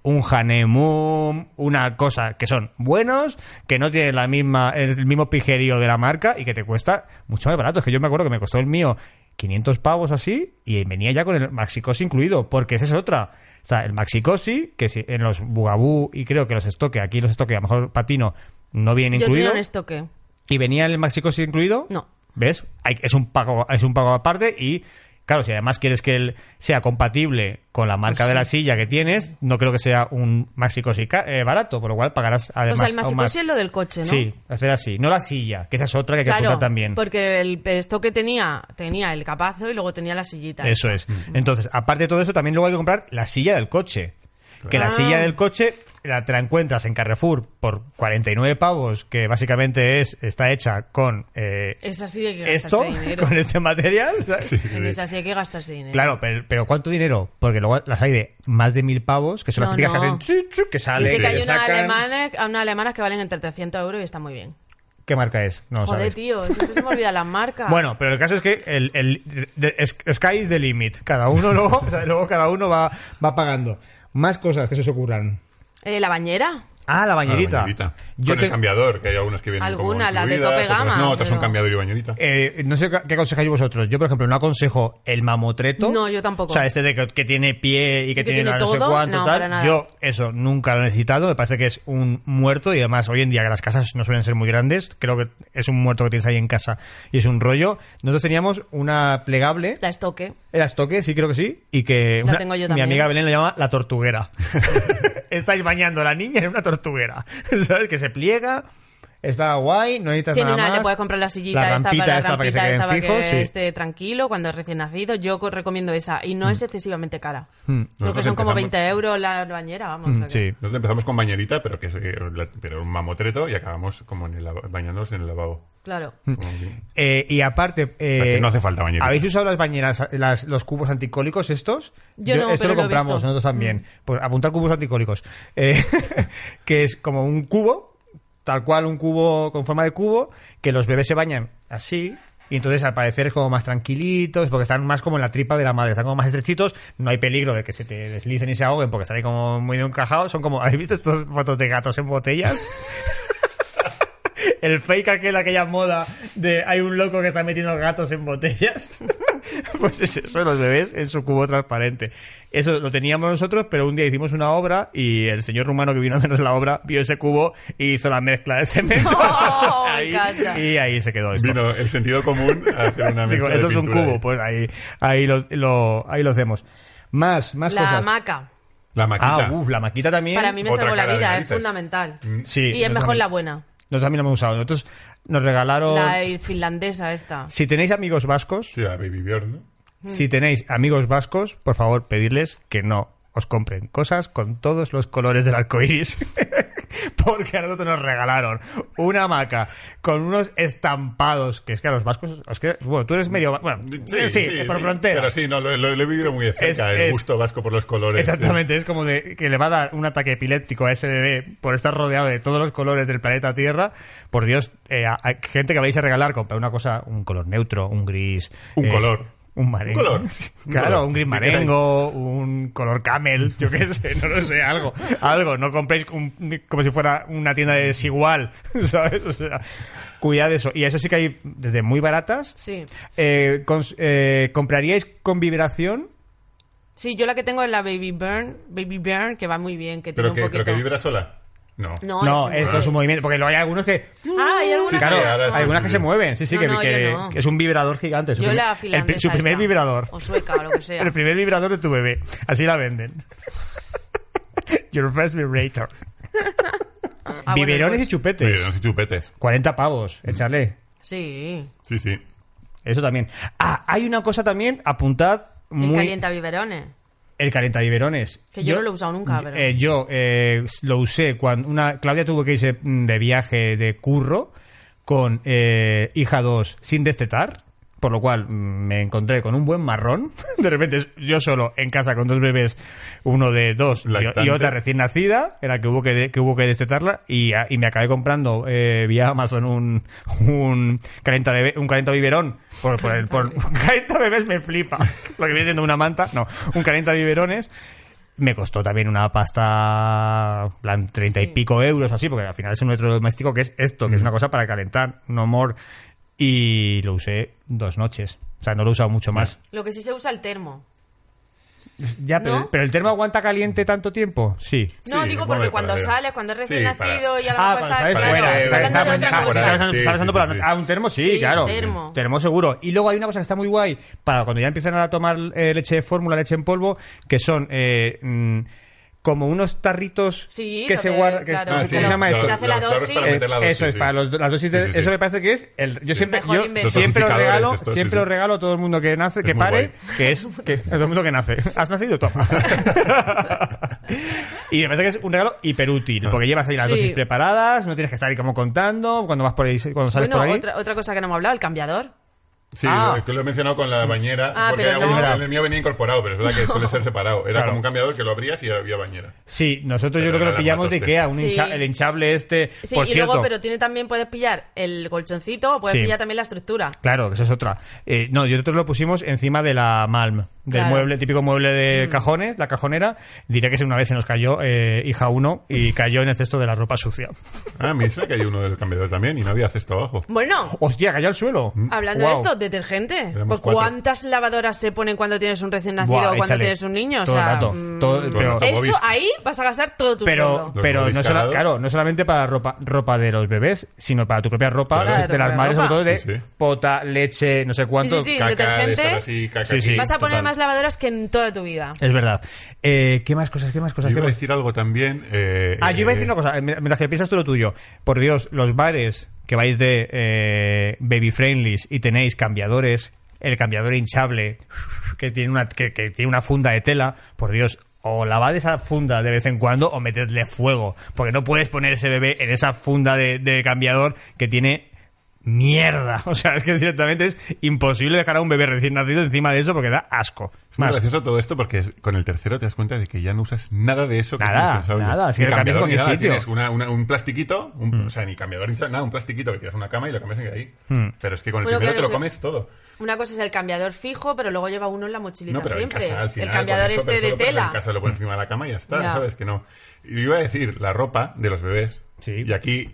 E: un Hanemum, una cosa que son buenos, que no tienen la misma, el mismo pijerío de la marca y que te cuesta mucho más barato. Es que yo me acuerdo que me costó el mío 500 pavos así y venía ya con el Maxicosi incluido, porque esa es otra. O sea, el Maxicosi, que si- en los Bugaboo y creo que los estoque, aquí los estoque, a lo mejor Patino, no viene
B: Yo
E: incluido.
B: tenía un estoque.
E: ¿Y venía el Maxicosi incluido?
B: No.
E: ¿Ves? Hay- es, un pago, es un pago aparte y, claro, si además quieres que él sea compatible con la marca de la silla que tienes, no creo que sea un Maxicosi ca- eh, barato, por lo cual pagarás
B: O
E: además
B: sea, el
E: aún
B: masicosi
E: más.
B: es lo del coche, ¿no?
E: Sí, hacer así. No la silla, que esa es otra que hay que
B: Claro,
E: apuntar también.
B: porque el esto que tenía, tenía el capazo y luego tenía la sillita.
E: Eso es. Entonces, aparte de todo eso, también luego hay que comprar la silla del coche. Que la
B: Ah.
E: silla del coche la te la encuentras en Carrefour por 49 pavos, que básicamente es está hecha con eh,
B: Esa sí hay que
E: esto,
B: gastarse dinero.
E: con este material. ¿sabes?
C: Sí,
B: En
C: sí.
B: esa sí hay que gastarse dinero.
E: Claro, pero, pero ¿cuánto dinero? Porque luego las hay de más de mil pavos, que son las
B: No,
E: típicas que
B: no.
E: hacen chu, chu, que
B: Y
E: sale,
B: sé
C: Sí,
B: que hay
E: le
B: unas
E: sacan.
B: alemanas, unas alemanas que valen entre 300 euros y está muy bien.
E: ¿Qué marca es? No lo
B: Joder,
E: sabes.
B: tío, siempre se me olvidan las marcas.
E: [laughs] Bueno, pero el caso es que el, el- de- es- Sky is the limit. Cada uno luego, [laughs] o sea, luego cada uno va, va pagando. Más cosas que se os ocurran.
B: Eh, la bañera.
E: Ah, la bañerita.
C: Ah, la bañerita.
E: Yo
C: Con
E: te-
C: el cambiador, que hay algunas que vienen
B: Alguna,
C: como
B: la de
C: incluidas,
B: tope
C: otras
B: gama,
C: No, otras son
B: pero-
C: cambiador y bañerita.
E: eh, no sé qué qué aconsejáis vosotros. Yo, por ejemplo, no aconsejo el mamotreto.
B: No, yo tampoco.
E: O sea, este de que, que tiene pie y que,
B: Y que
E: tiene,
B: tiene
E: la no sé
B: todo.
E: cuánto
B: No,
E: tal.
B: para nada.
E: Yo eso nunca lo he necesitado. Me parece que es un muerto y además hoy en día que las casas no suelen ser muy grandes. Creo que es un muerto que tienes ahí en casa y es un rollo. Nosotros teníamos una plegable.
B: La estoque.
E: El estoque, sí, creo que sí. Y que
B: La tengo yo
E: mi
B: también.
E: amiga Belén la llama la tortuguera. [laughs] Estáis bañando a la niña en una tortuguera. [laughs] ¿Sabes? Que se pliega, está guay, no necesitas
B: Tiene
E: nada
B: una,
E: más.
B: le puedes comprar la sillita
E: La
B: esta
E: rampita
B: para, la
E: esta para que se
B: rampita
E: queden
B: esta para este-
E: fijos, sí.
B: esté tranquilo cuando es recién nacido. Yo co- recomiendo esa y no
E: Mm.
B: es excesivamente cara. Creo que
C: Nosotros
B: son como
C: empezamos-
B: 20 euros la bañera, vamos. o sea que-
E: Mm, Sí.
C: Nosotros empezamos con bañerita, pero que es eh, la- pero un mamotreto y acabamos como en el lava- bañándonos en el lavabo.
B: Claro.
C: Como que-
E: Eh, y aparte... eh,
C: O sea, que no hace falta bañerita.
E: ¿Habéis usado las bañeras, las- los cubos anticólicos estos?
B: Yo no,
E: Esto
B: pero
E: lo
B: lo he
E: compramos
B: visto. Mm.
E: nosotros también. Pues apuntar cubos anticólicos. Eh, [laughs] que es como un cubo, tal cual un cubo con forma de cubo, que los bebés se bañan así... Y entonces al parecer es como más tranquilitos, porque están más como en la tripa de la madre, están como más estrechitos, no hay peligro de que se te deslicen y se ahoguen porque están ahí como muy encajados. Son como, ¿habéis visto estos fotos de gatos en botellas? El fake aquel, aquella moda de hay un loco que está metiendo gatos en botellas. [laughs] pues es eso, los bebés en su cubo transparente. Eso lo teníamos nosotros, pero un día hicimos una obra y el señor rumano que vino a hacernos la obra vio ese cubo y hizo la mezcla de [laughs] cemento.
B: Oh, me
E: Ahí,
B: encanta.
E: y ahí se quedó esto.
C: Vino el sentido común a hacer una
E: [laughs] Digo,
C: mezcla de
E: eso es un
C: pintura
E: cubo,
C: ahí.
E: pues ahí, ahí, lo, lo- ahí lo hacemos. Más, más
B: La
E: cosas.
B: hamaca.
C: La maquita.
E: Ah, uff, la maquita también.
B: Para mí me
C: Otra
B: salvó la
C: cara de
B: vida, es
C: narices. Mm.
B: fundamental.
E: Sí,
B: y es
E: nosotros
B: mejor
E: también-
B: la buena.
E: Nosotros también lo hemos usado. Nosotros nos
C: Oh.
E: regalaron...
B: La finlandesa esta.
E: Si tenéis amigos vascos,
C: Sí, la Baby Bjorn, ¿no?
E: Si tenéis amigos vascos, por favor, pedirles que no os compren cosas con todos los colores del arco iris. [laughs] Porque a nosotros nos regalaron una hamaca con unos estampados. Que es que a los vascos. os que- bueno, tú eres medio. va- Bueno, sí, por frontera.
C: Pero sí, no, lo, lo- lo he vivido muy de cerca,
E: Es-
C: el
E: es-
C: gusto vasco por los colores.
E: Exactamente, es como de, que le va a dar un ataque epiléptico a ese bebé por estar rodeado de todos los colores del planeta Tierra. Por Dios, eh, a- a gente que vais a regalar, comprar una cosa, un color neutro, un gris.
C: Un
E: eh,
C: color.
E: Un marengo.
C: Un color. Un
E: [laughs] Claro,
C: color.
E: un gris
C: ¿Qué
E: marengo, un color camel, yo qué sé, no lo sé, algo. Algo, no compréis un- como si fuera una tienda de desigual, [laughs] ¿sabes? O sea, cuidad eso. Y eso sí que hay desde muy baratas.
B: Sí.
E: Eh, cons- eh, ¿Compraríais con vibración?
B: Sí, yo la que tengo es la Baby Burn, Baby Burn, que va muy bien, que
C: Pero
B: tiene
C: que,
B: un
C: pero
B: poquito...
C: que vibra sola. No.
B: No,
E: No, eh,
B: es-
E: es con su movimiento. Porque luego hay algunos
B: [laughs]
E: que.
B: Ah, hay algunas...
C: Sí,
E: Claro,
C: sí, ahora
E: hay
C: sí,
E: algunas
C: sí,
E: que
C: sí.
E: se mueven. Sí, sí,
B: No,
E: que,
B: no,
E: que-
B: yo no.
E: que es un vibrador gigante. Su
B: Yo
E: primer-
B: la
E: el pri-
B: finlandesa
E: su primer
B: esta.
E: vibrador.
B: O sueca, o lo que sea.
E: El primer vibrador de tu bebé. Así la
B: [laughs]
E: venden. Your first vibrator.
B: Ah, bueno,
E: Biberones
B: pues- Mm.
E: y chupetes.
C: Oye, no sé chupetes.
E: 40 pavos, échale.
B: Sí.
C: Sí, sí.
E: Eso también. Ah, hay una cosa también, apuntad
B: El
E: muy.
B: calienta biberones.
E: El calientabiberones.
B: Que yo no lo he usado nunca, pero-
E: eh, yo eh, lo usé cuando una Claudia tuvo que irse mm, de viaje de curro con eh, hija 2 sin destetar, por lo cual mm, me encontré con un buen marrón. [laughs] De repente es- yo solo en casa con dos bebés, uno de dos y- y,
C: Lactante.
E: otra recién nacida, era que hubo que, de- que hubo que destetarla y, a- y me acabé comprando eh, vía Amazon un un calenta un calentabiberón por, por el por [laughs] calenta bebés me flipa. Lo que viene siendo una manta, no, un calenta biberones me costó también una pasta, en plan, treinta y pico euros o así, porque al final es un electrodoméstico que es esto, que es una cosa para calentar, no more. Y lo usé dos noches. O sea, no lo he usado mucho más.
B: Lo que sí se usa el termo.
E: Pues, Ya,
B: ¿No?
E: pero, pero el termo aguanta caliente tanto tiempo. Sí.
B: No,
C: Sí,
B: digo
C: bueno,
B: porque
C: para
B: cuando
C: ver.
B: sales, cuando es recién
C: Sí, para-
B: nacido y a lo
E: Ah,
B: mejor
E: cuando
B: está...
E: sabes Ah,
C: para-
B: claro,
C: para-
B: está hablando
C: para-
B: de
C: para-
B: otra
C: para-
B: cosa.
C: para- Sí, sí,
E: por la
C: sí.
E: noche. Ah, un termo sí,
B: Sí, un
E: claro.
B: termo.
E: Termo seguro. Y luego hay una cosa que está muy guay para cuando ya empiezan a tomar eh, leche de fórmula, leche en polvo, que son eh, mm, como unos tarritos
B: Sí,
E: que
B: lo
E: se
B: que-
E: guardan. que-
B: claro,
E: ¿Cómo
B: que
E: se
B: lo-
E: llama
B: que
E: esto?
B: te hace la
C: Ah, Los tarros
B: dosis.
C: para meter la dosis,
E: Eh, Eso es,
C: sí.
E: para los- las dosis de,
C: Sí, sí, sí.
E: Eso me parece que es. El, yo siempre,
B: Mejor
E: yo
B: invento.
C: Los
E: siempre os
C: dosificadores
E: regalo,
C: estos, sí,
E: siempre
C: sí.
E: os regalo a todo el mundo que nace, que
C: muy
E: pare,
C: guay.
E: que es que, a todo el mundo que nace. [laughs] Has
C: [laughs]
E: nacido, toma. y me parece que es un regalo hiperútil,
C: Ah.
E: porque llevas ahí las
B: Sí.
E: dosis preparadas, no tienes que estar ahí como contando, cuando vas por ahí, cuando sales por
B: Bueno,
E: ahí.
B: otra, otra cosa que no hemos hablado, el cambiador.
C: Sí,
E: Ah.
C: lo, que lo he mencionado con la bañera,
B: Ah,
C: porque
B: pero
C: hay alguno
E: no.
C: que el mío venía incorporado, pero es verdad
B: [laughs]
C: que suele ser separado. Era
E: Claro.
C: como un cambiador que lo abrías y había bañera.
E: Sí, nosotros yo
C: Pero
E: creo que
C: no
E: lo
C: la
E: pillamos de
C: mataste.
E: Ikea, un
B: Sí.
E: hincha- el hinchable este.
B: Sí,
E: por
B: y
E: cierto,
B: luego, pero tiene también, puedes pillar el colchoncito o puedes
E: Sí.
B: pillar también la estructura.
E: Claro, que eso es otra. Eh, no, y nosotros lo pusimos encima de la Malm, del
B: Claro. Mm.
E: mueble, típico mueble de cajones, la cajonera. Diré que si una vez se nos cayó eh, hija uno y cayó en el cesto de la ropa sucia.
C: Ah, me dice que hay uno del cambiador también y no había cesto abajo.
B: Bueno,
E: ¡Hostia, cayó al suelo!
B: Mm. hablando
E: Guau.
B: de esto, detergente.
C: Éramos
B: Pues
C: cuatro.
B: cuántas lavadoras se ponen cuando tienes un recién nacido o
E: Buah,
B: cuando
E: échale.
B: tienes un niño. O
E: Todo el
B: sea,
E: rato.
B: mm,
E: Todo- pero-
C: rato.
B: eso
C: Bobis.
B: ahí vas a gastar todo tu
E: pero
B: sueldo.
C: Los
E: pero no,
C: móviles
E: sola-
C: cargados.
E: claro, no solamente para ropa ropa de los bebés, sino para tu propia ropa,
C: Claro.
E: de las
B: Claro,
E: madres,
B: ropa.
E: sobre todo de
C: Sí, sí.
E: pota, leche, no sé cuánto.
B: Sí,
C: caca, de
B: detergente.
C: estar así, caca.
E: Sí, sí.
C: aquí.
B: Vas a poner
C: Total.
B: más lavadoras que en toda tu vida.
E: Es verdad. Eh, ¿Qué más cosas? ¿Qué más cosas?
C: Yo
E: ¿Qué
C: iba a
E: más?
C: decir algo también. eh,
E: Ah, yo iba a decir
C: eh,
E: una cosa, eh, mientras que piensas tú lo tuyo. Por Dios, los bares que vais de eh, baby friendlies y tenéis cambiadores, el cambiador hinchable que tiene una que, que tiene una funda de tela, por Dios, o lavad esa funda de vez en cuando o metedle fuego, porque no puedes poner ese bebé en esa funda de, de cambiador que tiene mierda. [laughs] O sea, es que directamente es imposible dejar a un bebé recién nacido encima de eso porque da asco.
C: Es muy
E: Más,
C: gracioso todo esto porque es- con el tercero te das cuenta de que ya no usas nada de eso. Que
E: Nada,
C: es impensable.
E: nada, es que
C: Ni
E: lo cambias
C: cambiador
E: en
C: ni nada,
E: cualquier sitio. Mm.
C: Tienes una- una- un plastiquito, un- o sea, ni cambiador ni nada, un plastiquito que tiras a una cama y lo cambias en ahí.
E: Mm.
C: Pero es que con el
B: Bueno,
C: primero
B: claro,
C: te lo
B: que-
C: comes todo.
B: Una cosa es el cambiador fijo, pero luego lleva uno en la mochilita
C: No, pero
B: siempre.
C: en casa al final.
B: el cambiador
C: con eso, pero
B: este
C: eso
B: de
C: lo pones
B: tela.
C: En casa lo pones encima de la cama y ya está,
B: Ya.
C: ¿sabes? Que no. Y iba a decir, la ropa de los bebés.
E: Sí.
C: Y aquí,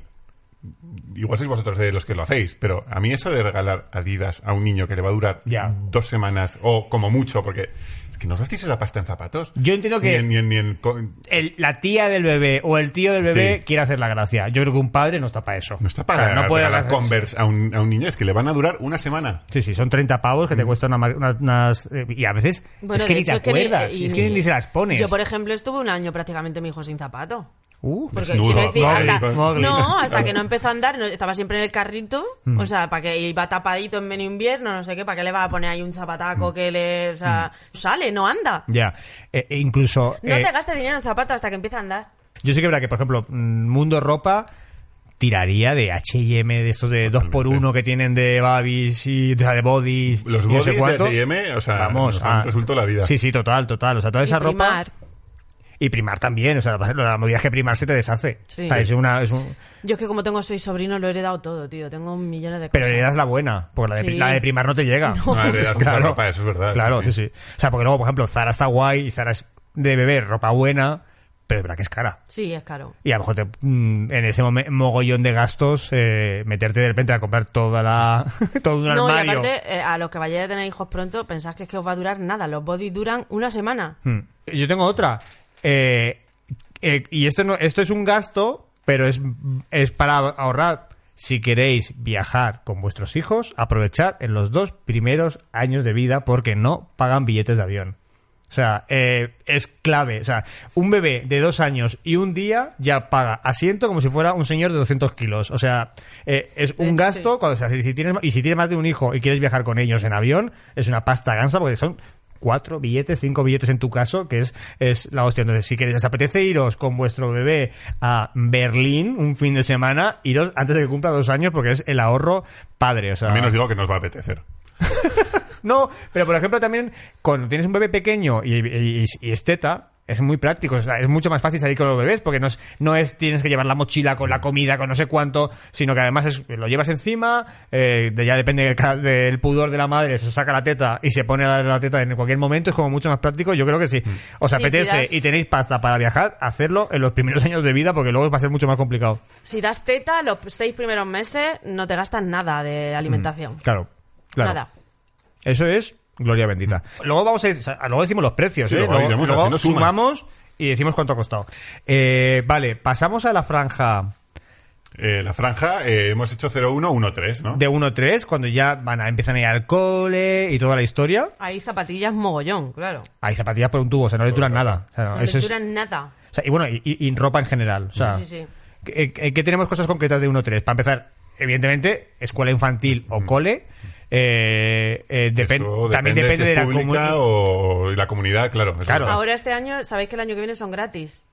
C: igual sois vosotros de los que lo hacéis, pero a mí eso de regalar adidas a un niño que le va a durar
E: Ya.
C: dos semanas o como mucho, porque es que no os gastéis esa pasta en zapatos.
E: Yo entiendo que-
C: Ni en- ni en- ni en co-
E: el- la tía del bebé o el tío del bebé
C: Sí.
E: quiere hacer la gracia. Yo creo que un padre no está para eso.
C: no está
E: O
C: para
E: sea, no puede
C: regalar
E: hacer-
C: Converse a un, a un niño, es que le van a durar una semana.
E: Sí, sí, son 30 pavos que
C: Mm.
E: te cuestan una ma- unas, unas- eh, Y a veces
B: Bueno,
E: es que
B: de
E: ni te
B: hecho,
E: acuerdas,
B: eh, y
E: es que ni se las pones.
B: Yo, por ejemplo, estuve un año prácticamente mi hijo sin zapato.
E: Uh,
B: Porque
C: Desnudo,
B: quiero decir,
C: Mowgli,
B: hasta,
E: Mowgli. Mm.
B: no, hasta que no empezó a andar, no- estaba siempre en el carrito, o sea, para que iba tapadito en medio invierno, no sé qué, para qué le va a poner ahí un
E: Mm.
B: zapataco que le, o sea, sale, no anda.
E: ya. Eh, e incluso.
B: No
E: Mm. eh,
B: te gastes dinero en zapatos hasta que empieza a andar.
E: yo sí que verá que, por ejemplo, mm, Mundo Ropa tiraría de H&M, de estos de 2x1 que tienen de Babis y de, de Bodies.
C: Los
E: y no sé
C: bodys de
E: cuánto.
C: H&M, o sea, nos han
E: ah,
C: resuelto la vida.
E: Sí, sí, total, total. O sea, toda esa
B: Y
E: ropa...
B: primar.
E: Y primar también, o sea, la, la movida es que primar se te deshace.
B: Sí.
E: O sea, es una, es un-
B: Yo es que como tengo seis sobrinos lo he heredado todo, tío. Tengo millones de cosas.
E: pero heredas la buena, porque la de,
B: Sí.
E: la de primar no
B: [laughs]
E: te llega.
C: No, Ah, heredas mucha ropa, eso es verdad,
E: Claro, sí
C: sí,
E: sí. O sea, porque luego, por ejemplo, Zara está guay y Zara es de beber ropa buena, pero es verdad que es cara.
B: Sí, es caro.
E: Y a lo mejor te- mm, en ese momen- mogollón de gastos, eh, meterte de repente a comprar toda la, [laughs] todo un
B: No, y
E: armario.
B: aparte, eh, a los que vayáis a tener hijos pronto, pensás que es que os va a durar nada. Los bodies duran una semana.
E: Hmm. Yo tengo otra. Eh, eh, y esto no, esto es un gasto, pero es, es para ahorrar. Si queréis viajar con vuestros hijos, aprovechad en los dos primeros años de vida porque no pagan billetes de avión. O sea, eh, es clave. O sea, un bebé de dos años y un día ya paga asiento como si fuera un señor de 200 kilos. O sea, eh, es
B: Eh,
E: un
B: sí.
E: gasto cuando- o sea, si, si tienes, y si tienes más de un hijo y quieres viajar con ellos en avión, es una pasta gansa porque son cuatro billetes, cinco billetes en tu caso, que es, es la hostia. Entonces, si queréis, os apetece iros con vuestro bebé a Berlín un fin de semana, iros antes de que cumpla dos años porque es el ahorro padre. O sea,
C: También os digo que nos va a apetecer.
E: no, pero por ejemplo también cuando tienes un bebé pequeño y, y- y es teta, es muy práctico, o sea, es mucho más fácil salir con los bebés porque no es, no es tienes que llevar la mochila con la comida, con no sé cuánto, sino que además es- lo llevas encima, eh, de- ya depende del, ca- del pudor de la madre, se saca la teta y se pone a dar la teta en cualquier momento, es como mucho más práctico, yo creo que sí. Os
B: Sí,
E: apetece
B: sí, das-
E: y tenéis pasta para viajar, hacerlo en los primeros años de vida porque luego va a ser mucho más complicado.
B: Si das teta, los seis primeros meses no te gastas nada de alimentación.
E: Claro, Mm. claro.
B: Nada.
E: Eso es gloria bendita. Luego vamos a, ir- o sea, luego decimos los precios,
C: Sí,
E: ¿eh?
C: luego iremos haciendo sumas.
E: sumamos y decimos cuánto ha costado. Eh, vale, pasamos a la franja
C: Eh, la franja, eh, hemos hecho 0113, ¿no?
E: de 1-3, cuando ya van a, empiezan a ir al cole y toda la historia.
B: Hay zapatillas mogollón, claro.
C: Ah,
E: Hay zapatillas por un tubo, o sea, no le duran nada. O sea, no,
B: No
E: eso
B: les
E: es-
B: duran nada.
E: O sea, y bueno, y, y- y ropa en general. O sea,
B: Sí, sí.
E: ¿qué, eh, qué- qué tenemos cosas concretas de 1-3? Para empezar, evidentemente, escuela infantil o cole. eh, eh, depen-
C: Mm. Eso
E: también
C: depende
E: depende
C: si
E: de
C: es
E: la
C: pública
E: comunidad.
C: o y la comunidad, claro. eso
E: Claro.
C: es verdad.
B: Ahora este año, sabéis que el año que viene son gratis.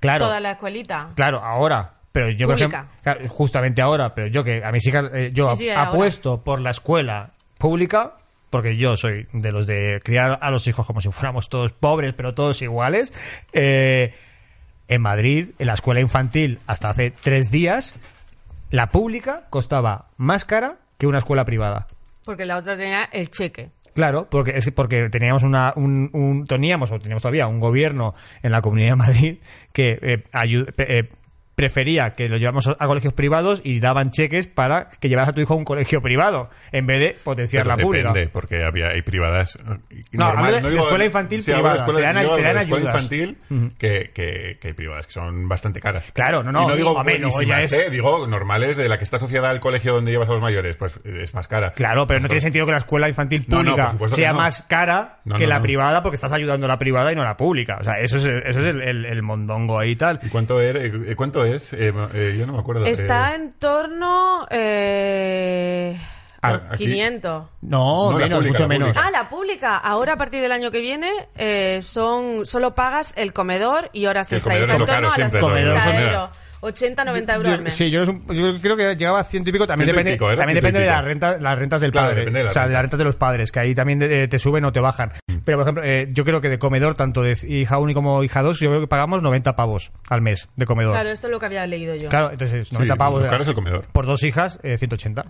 E: Claro,
B: Toda la escuelita.
E: claro, ahora. Pero yo, por
B: Pública.
E: ejemplo, claro, justamente ahora, pero yo que a mis hijas, eh, yo
B: Sí, sí, ahora.
E: apuesto por la escuela pública, porque yo soy de los de criar a los hijos como si fuéramos todos pobres, pero todos iguales. Eh, en Madrid, en la escuela infantil, hasta hace tres días, la pública costaba más cara que una escuela privada.
B: Porque la otra tenía el cheque.
E: Claro, porque es que- porque teníamos una un, un- teníamos o teníamos todavía un gobierno en la Comunidad de Madrid que eh, ayu- pe- eh, prefería que lo llevamos a, a colegios privados y daban cheques para que llevaras a tu hijo a un colegio privado en vez de potenciar
C: Pero
E: la
C: depende,
E: pública.
C: porque había, hay privadas. eh,
E: No, hablo de- de
C: digo-
E: escuela infantil
C: hablo de
E: privada, te dan-
C: yo hablo
E: te dan
C: de escuela
E: ayudas.
C: infantil que, que- que hay privadas, que son bastante caras.
E: Claro, no, no,
C: Y no digo
E: hombre, luego ya
C: buenísimas,
E: es-
C: ¿eh? digo normales de la que está asociada al colegio donde llevas a los mayores, pues eh, es más cara.
E: Claro, pero no tiene
C: Entonces,
E: sentido que la escuela infantil
C: No, no, por
E: pública
C: supuesto que
E: sea
C: no.
E: más cara
C: No,
E: que
C: no,
E: la
C: no.
E: privada porque estás ayudando a la privada y no a la pública. O sea, eso es, eso es el, el- el mondongo ahí y tal.
C: ¿Y cuánto, era- eh, cuánto es? Eh, ma- eh, yo no me acuerdo.
B: Está
C: eh,
B: en torno eh,
C: Ah,
B: a
C: aquí.
B: 500.
E: No,
C: No, la
E: menos,
C: pública,
E: mucho
C: la
E: menos.
C: pública.
B: Ah, la pública. Ahora a partir del año que viene eh, son solo pagas el comedor y horas
C: El
B: extra. Y está
C: comedor es
B: en
C: lo
B: torno
C: caro
B: a las
C: siempre,
E: lo- lo
B: 80
E: primero.
B: euros. 80, 90 euros
E: Yo-
B: al mes.
E: Sí, yo, no es un- yo creo que llegaba a ciento y pico. También
C: Ciento y
E: depende,
C: pico, era
E: también
C: ciento y
E: depende de
C: pico.
E: las rentas, las rentas del
C: Claro,
E: padre.
C: depende de Mm.
E: o
C: las
E: sea, de las
C: rentas.
E: rentas de los padres, que ahí también eh, te suben o te bajan. Pero, por ejemplo, eh, yo creo que de comedor, tanto de hija única como hija dos, yo creo que pagamos 90 pavos al mes de comedor.
B: Claro, esto es lo que había leído yo.
E: Claro, entonces
C: Sí,
E: 90 pavos.
C: lo caro es el comedor.
E: Por dos hijas, eh, 180.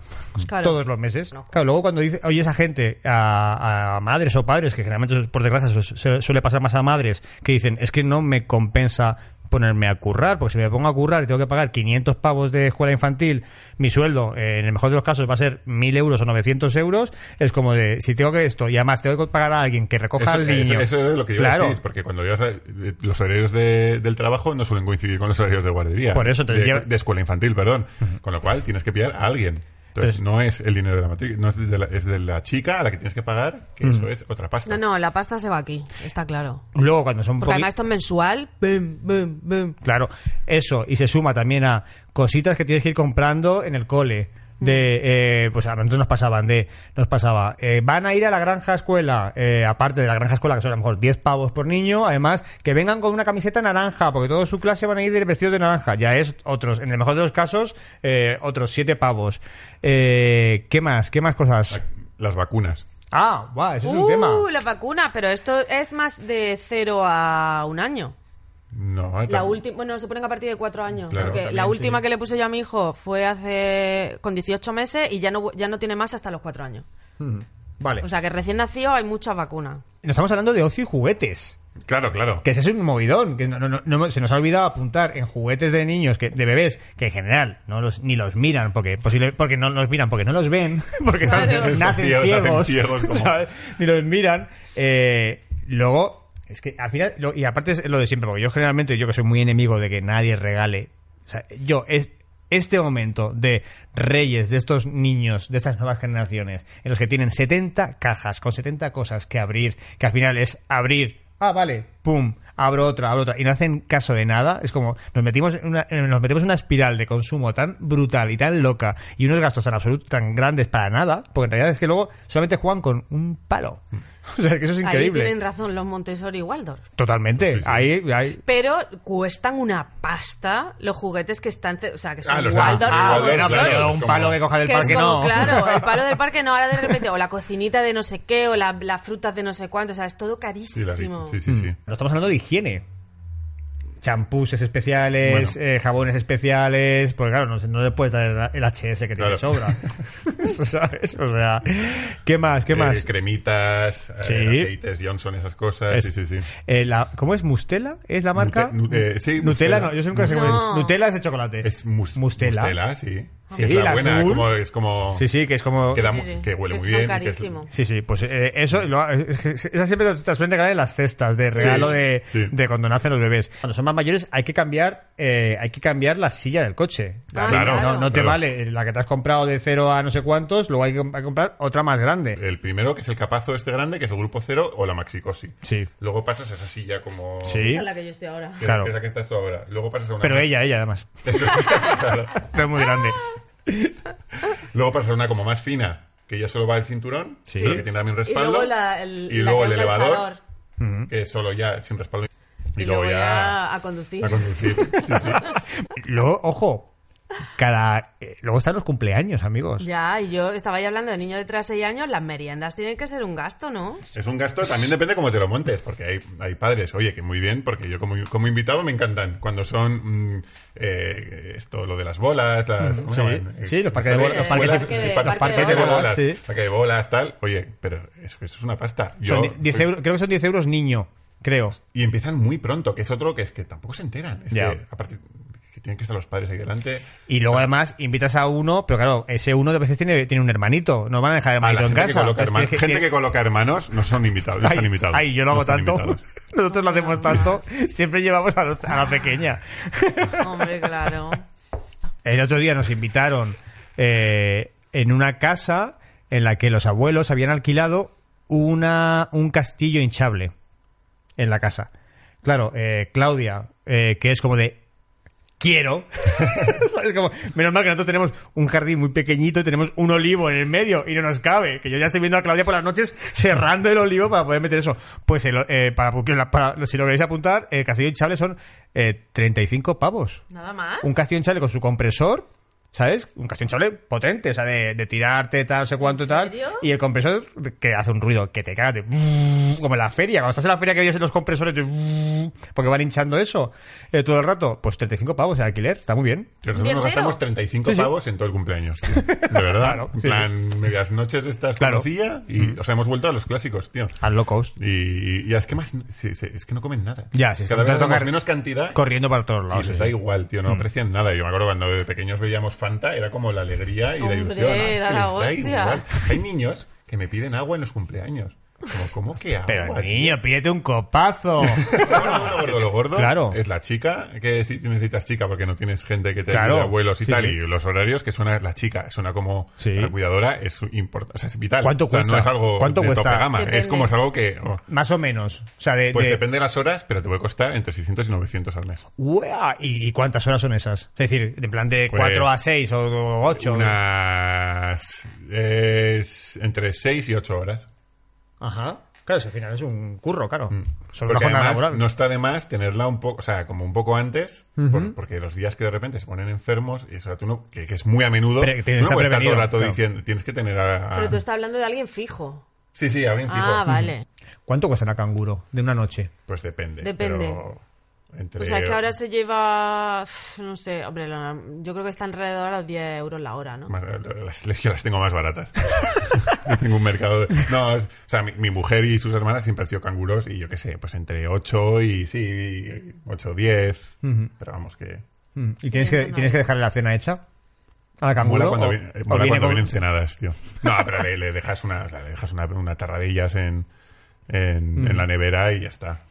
B: Claro.
E: Todos los meses.
B: No.
E: Claro, luego cuando dice, oye, esa gente, a, a madres o padres, que generalmente, por desgracia, su- su- suele pasar más a madres, que dicen, es que no me compensa ponerme a currar, porque si me pongo a currar y tengo que pagar 500 pavos de escuela infantil, mi sueldo, eh, en el mejor de los casos, va a ser 1.000 euros o 900 euros, es como de, si tengo que esto, y además tengo que pagar a alguien que recoja al
C: eso,
E: niño.
C: eso- eso es lo que yo
E: claro.
C: iba a decir, porque cuando llevas a- eh, los horarios de- del trabajo no suelen coincidir con los horarios de guardería.
E: Por eso, entonces
C: de,
E: lleva-
C: de escuela infantil, perdón. Con lo cual tienes que pillar a alguien. Entonces,
E: Entonces-
C: no es el dinero de la matrícula, no es de la, es de la chica a la que tienes que pagar, que eso es otra pasta.
B: No, no, la pasta se va aquí, está claro.
E: Luego cuando son un
B: Porque
E: poqui-
B: además esto es mensual. Bum, bum, bum.
E: Claro, eso, y se suma también a cositas que tienes que ir comprando en el cole.
B: Mm.
E: De, eh, pues a nosotros nos pasaban de, nos pasaba, eh, van a ir a la granja escuela, eh, aparte de la granja escuela, que son a lo mejor 10 pavos por niño, además, que vengan con una camiseta naranja, porque toda su clase van a ir vestidos de naranja, ya es otros, en el mejor de los casos, eh, otros 7 pavos. Eh, ¿Qué más? ¿Qué más cosas?
C: Las vacunas.
E: Ah, guau, ese es un
B: uh,
E: tema.
B: la vacuna, pero esto es más de cero a un año.
C: No,
B: La
C: tam-
B: última, bueno, se ponen a partir de cuatro años.
C: Claro,
B: porque
C: también,
B: la última
E: sí.
B: que le puse yo a mi hijo fue hace con 18 meses y ya no, ya no tiene más hasta los cuatro años.
E: Hmm, Vale.
B: O sea que recién nacido hay muchas vacunas.
E: Nos estamos hablando de ocio y juguetes.
C: Claro, claro.
E: que ese es un movidón que no, no- no- no- se nos ha olvidado apuntar en juguetes de niños que de bebés que en general no los ni los miran porque posible- porque no los miran porque no los ven [laughs] porque están-
B: Claro.
E: nacen,
C: Nacen
E: ciegos,
C: ciegos, como-
E: [laughs] ¿sabes? ni los miran eh, luego es que al final lo- y aparte es lo de siempre porque yo generalmente yo que soy muy enemigo de que nadie regale o sea, yo es este momento de reyes de estos niños, de estas nuevas generaciones, en los que tienen 70 cajas con 70 cosas que abrir, que al final es abrir, ah, vale, pum, abro otra, abro otra, y no hacen caso de nada, es como nos metimos en una, en- nos metemos en una espiral de consumo tan brutal y tan loca y unos gastos tan absolutos, tan grandes para nada, porque en realidad es que luego solamente juegan con un palo. [laughs] O sea, que eso es increíble.
B: Ahí tienen razón los Montessori y Waldorf.
E: Totalmente,
C: Sí, sí.
E: ahí... ahí
B: Pero cuestan una pasta los juguetes que están, ce- o sea, que son
C: Ah, los de-
B: Waldorf y
C: ah,
E: Ah,
C: Igual
E: bueno,
C: es,
B: Montessori.
E: pero
C: claro, es
E: un
C: como-
E: palo que coja del
B: que es
E: parque
B: como,
E: no.
B: claro, el palo
E: [laughs]
B: del parque no, ahora de repente, o la cocinita de no sé qué, o la- las frutas de no sé cuánto, o sea, es todo
C: Sí, la-
B: carísimo.
C: sí, sí, sí.
E: No estamos hablando de higiene. Champús especiales,
C: Bueno.
E: eh, jabones especiales, porque claro, no, se- no le puedes dar el HS que tiene
C: Claro. [laughs]
E: de sobra. [laughs] ¿Sabes? O sea, ¿qué más? ¿Qué
C: Eh,
E: más?
C: cremitas, eh,
E: Sí.
C: aceites Johnson, esas cosas.
E: Es-
C: Sí, sí, sí.
E: Eh, la- ¿Cómo es? ¿Mustela? ¿Es la marca?
C: Nute- nu- eh, sí,
E: Nutella,
C: Mustela.
E: no, yo siempre sé cómo
B: No.
E: es. Nutella es de chocolate.
C: Es mus-
E: Mustela.
C: Mustela, sí. Sí, es la, buena,
E: azul.
C: como, es como...
E: Sí, sí, que es como...
C: que, da-
B: Ah. Sí, sí, sí.
C: que huele muy
B: son
C: bien. y que es-
B: carísimo.
E: Sí, sí, pues eh, eso, lo- es que esa siempre te suelen regalar en las cestas de regalo de,
C: sí.
E: de cuando nacen los bebés. Cuando son más mayores hay que cambiar, eh, hay que cambiar la silla del coche.
B: Ah,
C: claro.
E: No, no te
C: Claro.
E: vale la que te has comprado de cero a no sé cuántos, luego hay que comp- hay que comprar otra más grande.
C: el primero, que es el capazo este grande, que es el grupo cero o la maxicosi.
E: Sí.
C: Luego pasas a esa silla como...
E: Sí,
B: Esa es la que yo estoy ahora.
C: Que,
E: Claro.
C: que es la que estás tú ahora. Luego pasas a una...
E: pero
C: más-
E: ella, ella además.
C: [laughs] Eso, claro.
E: Pero es muy grande.
C: Luego pasas a una como más fina, que ya solo va el cinturón,
E: Sí.
C: pero que tiene también
B: Y
C: respaldo.
B: luego la, el,
C: Y
B: la
C: luego
B: que
C: el
B: anda al
C: elevador,
B: calor.
C: que es solo ya sin respaldo.
B: Y, luego ya a conducir.
C: a conducir.
B: [laughs]
C: Sí, sí.
E: Luego, ojo, cada eh, luego están los cumpleaños, amigos.
B: Ya, y yo estaba ya hablando de niño de 3 6 años, las meriendas tienen que ser un gasto,
C: [laughs]
B: ¿no?
C: Es un gasto, también depende cómo te lo montes, porque hay, hay padres, oye, que muy bien, porque yo como, como invitado me encantan. Cuando son mm, eh, esto, lo de las bolas, las. ¿cómo se
E: sí.
C: llaman? Eh,
E: Sí, los parques de
C: esto
E: bolas, los
B: parques-
C: escuelas,
B: parque de-
C: sí, par-
B: parque
C: parques
B: de
C: de
E: bolas,
C: bolas,
E: sí.
C: parque de bolas, tal. Oye, pero eso, eso es una pasta. Yo,
E: Son di- 10 euros- creo que son 10 euros niño, creo.
C: Y empiezan muy pronto, que es otro que es que tampoco se enteran. Es
E: Ya.
C: que, aparte, que tienen que estar los padres ahí delante.
E: Y luego además invitas a uno, pero claro, ese uno de veces tiene, tiene un hermanito. No van a dejar
C: A la
E: hermanito en
C: gente, que
E: casa.
C: coloca,
E: Pues
C: herman-
E: tienes que-
C: gente que
E: tienes-
C: coloca hermanos no son invitados, no están
E: Ay,
C: invitados.
E: ay, yo lo
C: No
E: hago
C: están
E: tanto.
C: invitados.
E: [laughs] Nosotros lo hacemos tanto. Siempre llevamos a, los- a la pequeña.
B: Hombre, claro.
E: El otro día nos invitaron eh, en una casa en la que los abuelos habían alquilado una, un castillo hinchable en la casa. Claro, eh, Claudia, eh, que es como de quiero. [laughs] es como, menos mal que nosotros tenemos un jardín muy pequeñito y tenemos un olivo en el medio y no nos cabe. Que yo ya estoy viendo a Claudia por las noches cerrando el olivo para poder meter eso. Pues el o- eh, para, para- si lo queréis apuntar, el castillo hinchable son eh, 35 pavos
B: Nada más.
E: un castillo hinchable con su compresor, ¿sabes? Un castillo hinchable potente, o sea, de, de tirarte, tal, no sé cuánto,
B: ¿En
E: tal.
B: serio?
E: Y el compresor que hace un ruido que te cagas, de brrr, como en la feria. Cuando estás en la feria que oyes los compresores, de brrr, porque van hinchando eso eh, todo el rato. Pues 35 pavos el alquiler, está muy bien.
C: Pero nosotros
B: ¿De entero?
C: nos gastamos 35
E: Sí, sí.
C: pavos en todo el cumpleaños, tío. De verdad.
E: Claro,
C: en
E: sí,
C: plan, medias noches de estas
E: Claro. Mm.
C: conocía y, o sea, hemos vuelto a los clásicos, tío.
E: Al low cost.
C: Y, y es que más, sí, sí, es que no comen nada.
E: Ya, sí, es que
C: Cada
E: te
C: vez
E: toca
C: tocar menos cantidad.
E: Corriendo para todos
C: Y
E: lados. eh.
C: les
E: sí. Mm.
C: da igual, tío, no aprecian nada. Yo me acuerdo cuando de pequeños veíamos Fanta, era como la alegría y
B: Hombre,
C: la ilusión. Ah, es
B: era la
C: que les da
B: hostia.
C: igual. Hay niños que me piden agua en los cumpleaños. Como, ¿cómo que agua?
E: Pero
C: tío?
E: niño, pídete
C: [laughs]
E: un copazo.
C: Bueno, bueno, gordo, lo gordo
E: Claro.
C: es la chica, que si necesitas chica porque no tienes gente que te
E: Claro.
C: ayude, abuelos y
E: Sí,
C: tal,
E: sí.
C: y los horarios que suena la chica, suena como
E: Sí.
C: la cuidadora, es importante, o sea, es vital.
E: ¿Cuánto
C: O sea,
E: cuesta?
C: No es algo
E: ¿Cuánto
C: de
E: cuesta?
C: top de gama, es
B: Depende.
C: como es algo que... oh,
E: Más o menos. O sea, de.
C: pues
E: de-
C: depende de las horas, pero te puede costar entre 600 y 900 al mes.
E: ¡Uea! ¿Y cuántas horas son esas? Es decir, de plan de
C: Pues,
E: 4 a 6 o 8.
C: Unas... es entre 6 y 8 horas.
E: Ajá. Claro, si al final es un curro, claro. Solo
C: Mm.
E: una
C: Porque
E: jornada
C: además
E: laboral.
C: no está de más tenerla un poco, o sea, como un poco antes, por- porque los días que de repente se ponen enfermos, y o sea, tú no, que, que es muy a menudo,
E: Pero que
C: tú
E: tienes
C: no
E: que
C: puedes estar todo el
E: prevenido,
C: rato
E: claro.
C: diciendo, tienes que tener a... a-
B: Pero tú estás hablando de alguien fijo.
C: Sí, sí, a alguien fijo.
B: Ah, vale.
E: ¿Cuánto cuesta la canguro de una noche?
C: Pues depende.
B: Depende.
C: pero entre-
B: O sea, que ahora se lleva, uf, no sé, hombre, lo- yo creo que está alrededor a los 10 euros la hora, ¿no?
C: Más- las, las- yo las tengo más baratas. [laughs] no tengo un mercado. de- no, es- o sea, mi, mi mujer y sus hermanas siempre han sido canguros y yo qué sé, pues entre 8 y sí, 8 o 10. Pero vamos, que.
E: Mm, ¿Y tienes, que,
B: no, no.
E: tienes que dejarle la cena hecha a la
C: Mola
E: canguro?
C: cuando,
E: o-
C: vi- eh,
E: o
C: mola
E: viene
C: cuando
E: con-
C: vienen cenadas, tío. No, pero le, le dejas una, o sea, le dejas una, una tarradillas en,
E: Mm.
C: en, en la nevera y ya está.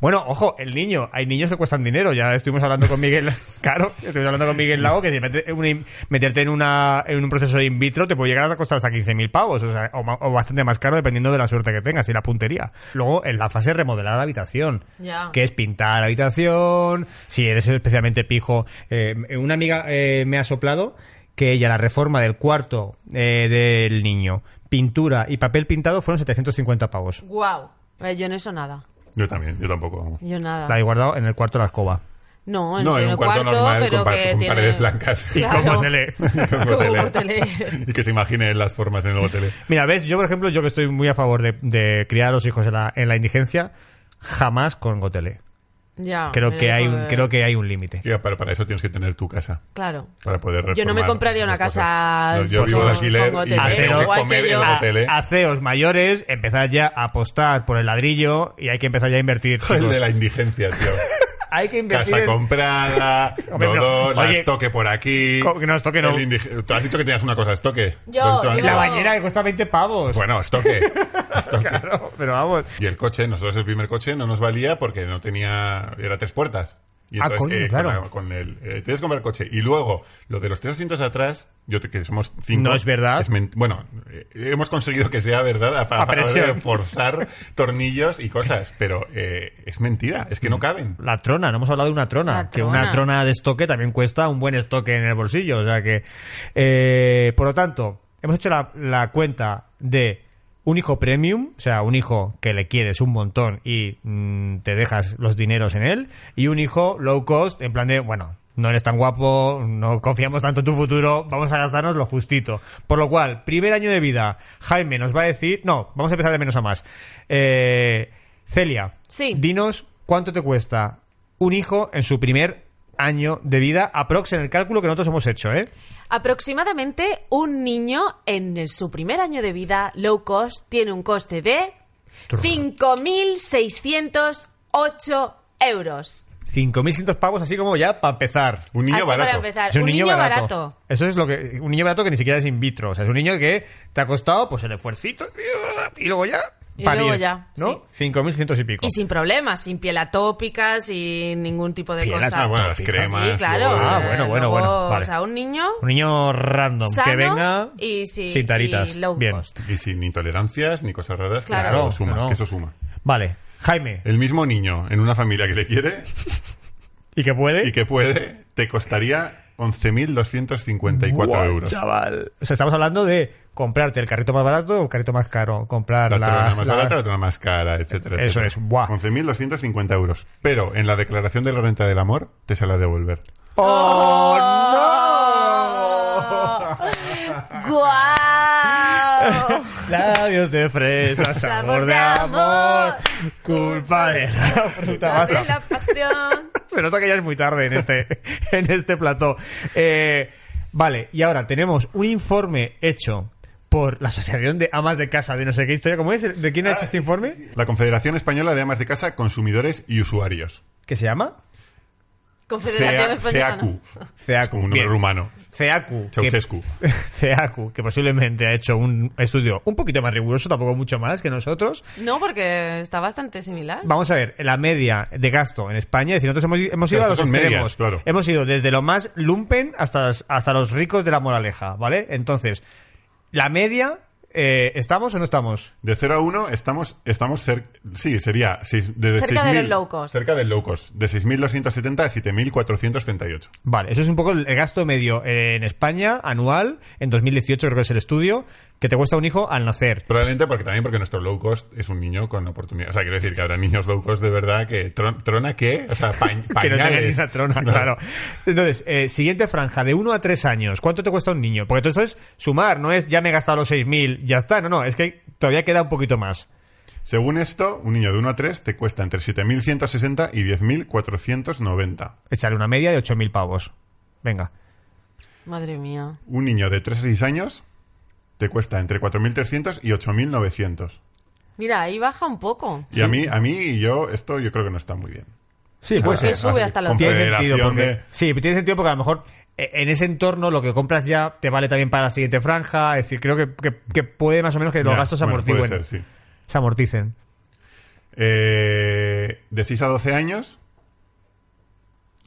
E: Bueno, ojo, el niño. Hay niños que cuestan dinero. Ya estuvimos hablando con Miguel... claro, estuvimos hablando con Miguel Lago que de repente una in- meterte en, una, en un proceso de in vitro te puede llegar a costar hasta 15.000 pavos. O, sea, o, ma- o bastante más caro dependiendo de la suerte que tengas y la puntería. Luego, en la fase de remodelar la habitación.
B: Ya.
E: Que es pintar la habitación, si eres especialmente pijo. Eh, una amiga eh, me ha soplado que ella la reforma del cuarto eh, del niño, pintura y papel pintado fueron 750 pavos.
B: Guau. Eh, yo en eso nada.
C: Yo también, yo tampoco.
B: Yo nada.
E: La he guardado en el cuarto de la escoba.
B: No, en,
C: No,
B: sí,
C: en un cuarto, normal
B: pero
C: con, pa-
B: que
C: con
B: tiene...
C: paredes blancas.
E: Y
B: Claro.
E: con tele.
B: [laughs]
C: Con
B: Como
C: gotelé.
B: gotelé.
C: y que se imaginen las formas en el hotel.
E: [laughs] Mira, ves, yo por ejemplo, yo que estoy muy a favor de, de criar a los hijos en la, en la indigencia, jamás con Gotele.
B: Ya, eh,
E: Creo
B: me
E: que
B: dejo
E: hay un,
B: de-
E: creo que hay un límite.
C: Pero para eso tienes que tener tu casa.
B: Claro.
C: Para poder
B: Yo no me
C: reformar
B: compraría una
C: las cosas.
B: casa
C: No, yo
B: con-
C: vivo de alquiler
B: con
C: y me
E: gotelé.
C: tengo que
E: Igual
B: que
C: comer en
B: yo. Ah,
C: el hotel. ¿eh?
E: A- Haceos mayores, empezad ya a apostar por el ladrillo y hay que empezar ya a invertir.
C: El
E: chicos.
C: de la indigencia, tío.
E: hay que invertir.
C: Casa
E: en-
C: comprada,
E: [laughs] Hombre, pero-
C: Dodó, la
E: oye,
C: estoque por aquí.
E: co- que no, estoque no.
C: el indige- Tú has dicho que tenías una cosa, estoque.
B: Yo,
C: Don Joan.
B: yo.
E: La bañera que cuesta 20 pavos.
C: ah,
E: [laughs]
C: Bueno, estoque. estoque.
E: Claro, pero vamos.
C: Y el coche, nosotros el primer coche no nos valía porque no tenía, era tres puertas. Y eh,
E: Ah, coño,
C: con
E: claro.
C: la- con el, eh, tienes que comprar coche. Y luego, lo de los tres asientos de atrás, yo te- que somos cinco.
E: No es verdad.
C: men- bueno, eh, hemos conseguido que sea verdad a, a-
E: A presión.
C: a- forzar tornillos y cosas, pero eh, es mentira, es que no caben.
E: La trona, no hemos hablado de una trona.
B: La
E: que una
B: trona.
E: trona de estoque también cuesta un buen estoque en el bolsillo. O sea que. eh, por lo tanto, hemos hecho la, la cuenta de un hijo premium, o sea, un hijo que le quieres un montón y mm, te dejas los dineros en él, y un hijo low cost, en plan de, bueno. No eres tan guapo, no confiamos tanto en tu futuro, vamos a gastarnos lo justito. Por lo cual, primer año de vida, Jaime nos va a decir, no, vamos a empezar de menos a más. Eh, Celia,
B: Sí.
E: Dinos cuánto te cuesta un hijo en su primer año de vida, aprox en el cálculo que nosotros hemos hecho, ¿eh?
B: Aproximadamente un niño en el- su primer año de vida, low cost, tiene un coste de 5.608 euros.
E: 5.100 pavos, así como ya para empezar.
C: Un niño
B: Así para
C: barato.
B: empezar.
E: Es un, niño, barato.
B: barato.
E: Eso es lo que. Un niño barato que ni siquiera es in vitro. O sea, es un niño que te ha costado, pues, el esfuercito y luego ya.
B: Y
E: parir,
B: luego ya,
E: ¿No? 5.600 y pico.
B: Y sin problemas, sin piel atópica, sin ningún tipo de
E: Piel
B: cosa.
E: atópica,
C: Ah, bueno, las
E: Sí,
C: cremas.
B: sí, claro.
C: luego-
E: Ah, bueno, bueno, bueno,
B: Luego,
E: vale.
B: O sea, un niño
E: Un niño random
B: sano
E: que venga
B: y sí,
E: sin taritas.
B: y low
E: Bien.
B: cost.
C: Y sin intolerancias ni cosas raras, que
B: Claro.
C: eso suma,
E: Claro.
C: que eso suma.
E: Vale, Jaime.
C: El mismo niño en una familia que le quiere
E: ¿Y que puede?
C: y que puede, te costaría 11.254
E: Guau,
C: euros.
E: Chaval. O sea, estamos hablando de comprarte el carrito más barato o el carrito más caro. Comprar la.
C: La, trona más
E: la-
C: barata, la trona más cara, etcétera.
E: Eso
C: etcétera.
E: es, buah.
C: 11.250 euros. Pero en la declaración de la renta del amor te sale a devolver.
E: ¡Oh,
B: ¡Guau!
E: no! Labios de fresa, sabor de amor. Culpa de la fruta.
B: Dame
E: Basta.
B: [laughs] la pasión.
E: Se nota que ya es muy tarde en este, [laughs] en este plató. Eh, vale, y ahora tenemos un informe hecho por la Asociación de Amas de Casa de no sé qué historia. ¿Cómo es? ¿De quién
C: Ah,
E: ha hecho este informe?
C: La Confederación Española de Amas de Casa, Consumidores y Usuarios.
E: ¿Qué se llama?
B: Confederación Española.
C: CAQ.
B: ¿no?
E: CEACU.
C: Como un nombre
E: Bien.
C: rumano.
E: CEACU.
C: Ceausescu.
E: Que, [laughs] CEACU, que posiblemente ha hecho un estudio un poquito más riguroso, tampoco mucho más que nosotros.
B: No, porque está bastante similar.
E: Vamos a ver, la media de gasto en España, es decir, nosotros hemos, hemos ido
C: Claro,
E: a los
C: son medias,
E: extremos.
C: claro.
E: Hemos ido desde lo más lumpen hasta, las- hasta los ricos de la moraleja, ¿vale? Entonces, la media, eh, ¿estamos o no estamos?
C: De 0 a 1 estamos, estamos cerca... Sí, sería... seis- desde
B: Cerca del
C: 6.000
B: low cost.
C: Cerca del low cost. De 6.270 a 7.438.
E: Vale, eso es un poco el el gasto medio eh, en España anual, en 2018 creo que es el estudio, que te cuesta un hijo al nacer.
C: Probablemente porque también porque nuestro low cost es un niño con oportunidad. O sea, quiero decir que habrá niños low cost de verdad que tron- trona qué, o
E: [laughs]
C: sea, pa-
E: Que [laughs] no tenga ni
C: pañales.
E: una trona,
C: No.
E: claro. Entonces, eh, siguiente franja, de 1 a 3 años, ¿cuánto te cuesta un niño? Porque todo esto es sumar, no es ya me he gastado los 6.000, ya está, no, no, es que todavía queda un poquito más.
C: Según esto, un niño de 1 a 3 te cuesta entre 7.160 y 10.490.
E: Echarle una media de 8.000 pavos. Venga.
B: Madre mía.
C: Un niño de 3 a 6 años te cuesta entre 4.300 y 8.900.
B: Mira, ahí baja un poco.
C: Y a mí, a mí yo, esto yo creo que no está muy bien.
E: Sí, pues
B: ser. sube hasta los
E: Tiene sentido
C: Confederación
E: porque,
C: de-
E: Sí, tiene sentido porque a lo mejor eh, en ese entorno lo que compras ya te vale también para la siguiente franja. Es decir, creo que, que- que puede más o menos que los
C: Ya,
E: gastos se
C: bueno, puede
E: amortiguen.
C: ser, sí.
E: Se amorticen.
C: Eh, de 6 a 12 años,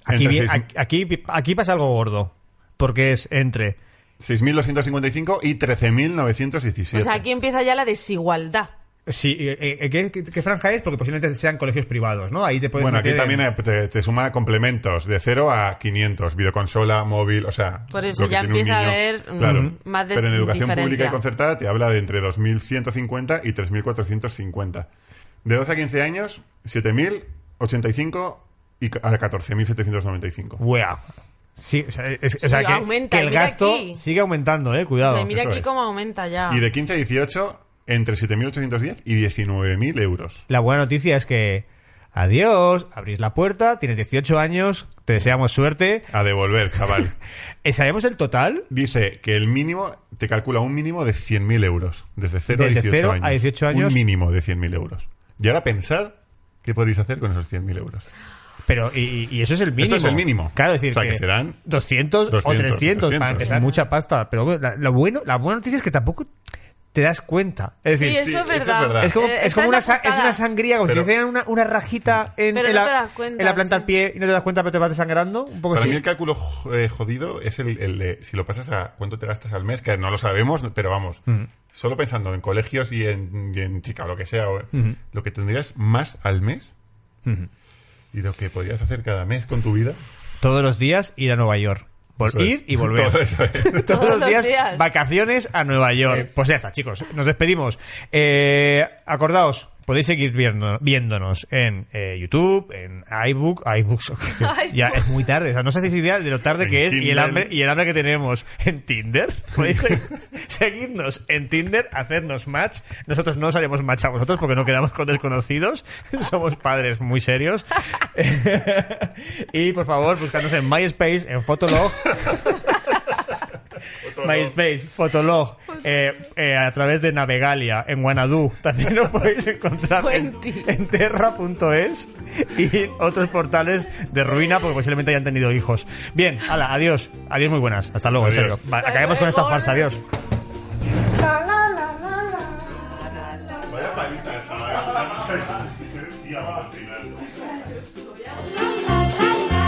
E: Aquí,
C: Entre
E: vi-
C: seis-
E: aquí, aquí- aquí pasa algo gordo. Porque es entre.
C: 6.255 y 13.917.
B: O sea, aquí empieza ya la desigualdad.
E: Sí, eh, eh, ¿qué, qué- qué franja es? Porque posiblemente sean colegios privados, Pues ¿no? Ahí te puedes
C: bueno, aquí
E: meter en-
C: también eh, te, te suma complementos de 0 a 500, videoconsola, móvil, o sea...
B: Por eso
C: lo que
B: ya
C: tiene un
B: empieza a
C: niño.
B: haber, mm,
C: Claro.
B: más
C: Pero en educación
B: diferencia.
C: pública y concertada te habla de entre 2.150 y 3.450. De 12 a 15 años, 7.085 y ca- a 14.795.
E: Wea. Sí, o sea, es- o sea,
B: Sí,
E: que,
B: aumenta,
E: que el
B: mira
E: gasto
B: aquí.
E: sigue aumentando, ¿eh?
B: O
E: Cuidado.
B: sea, mira
C: eso
B: aquí
C: es.
B: cómo aumenta ya.
E: Ah.
C: Y de 15 a 18, entre 7.810 y 19.000 euros.
E: La buena noticia es que adiós, abrís la puerta, tienes 18 años, te deseamos suerte.
C: A devolver, chaval.
E: [laughs] Eh, ¿Sabemos el total?
C: Dice que el mínimo, te calcula un mínimo de 100.000 euros. Desde 0
E: Desde
C: a 18
E: 0 a
C: años.
E: 18 años.
C: Un mínimo de 100.000 euros. Y ahora pensad qué podéis hacer con esos 100.000 euros.
E: Pero, y, y eso es el mínimo.
C: es el mínimo.
E: Claro, es decir,
C: O sea, que serán
E: 200, o
C: 300,
E: 300, para
C: 300.
E: empezar. Es mucha pasta. Pero bueno, la, lo bueno, la buena noticia es que tampoco te das cuenta. Es
B: Sí,
E: decir,
B: eso es
C: eso es
B: verdad.
C: verdad.
E: es como,
B: Eh,
E: es como una,
B: está
E: sa-
B: en la
E: es una
B: portada.
E: sangría, como
C: Pero-
E: si te hicieran una, una rajita en,
B: Pero
E: en
B: no
E: la,
B: te das cuenta,
E: en la planta
B: sí.
E: al pie y no te das cuenta, pero te vas desangrando. Un poco
C: Para
E: así.
C: mí el cálculo jo- eh, jodido es el, el de si lo pasas a cuánto te gastas al mes, que no lo sabemos, pero vamos,
E: Mm.
C: solo pensando en colegios y en, y en chica o lo que sea, o-
E: Mm.
C: lo que tendrías más al mes y lo que podrías hacer cada mes con tu vida.
E: Todos los días ir a Nueva York. Vol-
C: Eso es.
E: ir
C: [laughs]
E: y volver.
C: Todo eso es.
E: [laughs] Todos,
B: Todos
E: los
B: los
E: días,
B: días.
E: vacaciones a Nueva York. Pues ya está, chicos. Nos despedimos. Eh, acordaos, podéis seguir viendo- viéndonos en eh, YouTube, en iBook, iBooks. [laughs] ya es muy tarde. O sea, no os hacéis idea de lo tarde
C: En
E: que es y el,
C: Kindle.
E: hambre, y el hambre que tenemos en Tinder. Podéis se- seguirnos en Tinder, hacernos match. Nosotros no os haremos match a vosotros porque no quedamos con desconocidos. [laughs] Somos padres muy serios. [laughs] y por favor, buscadnos en MySpace, en Fotolog. MySpace, Fotolog, eh, eh, a través de Navegalia, en Guanadu. También lo podéis encontrar en,
B: Twenty.
E: en terra.es y otros portales de ruina porque posiblemente hayan tenido hijos. Bien, hala, adiós. Adiós, muy buenas. Hasta luego, en
C: Adiós.
E: serio. Va, acabemos con esta farsa, adiós.
D: La, la, la.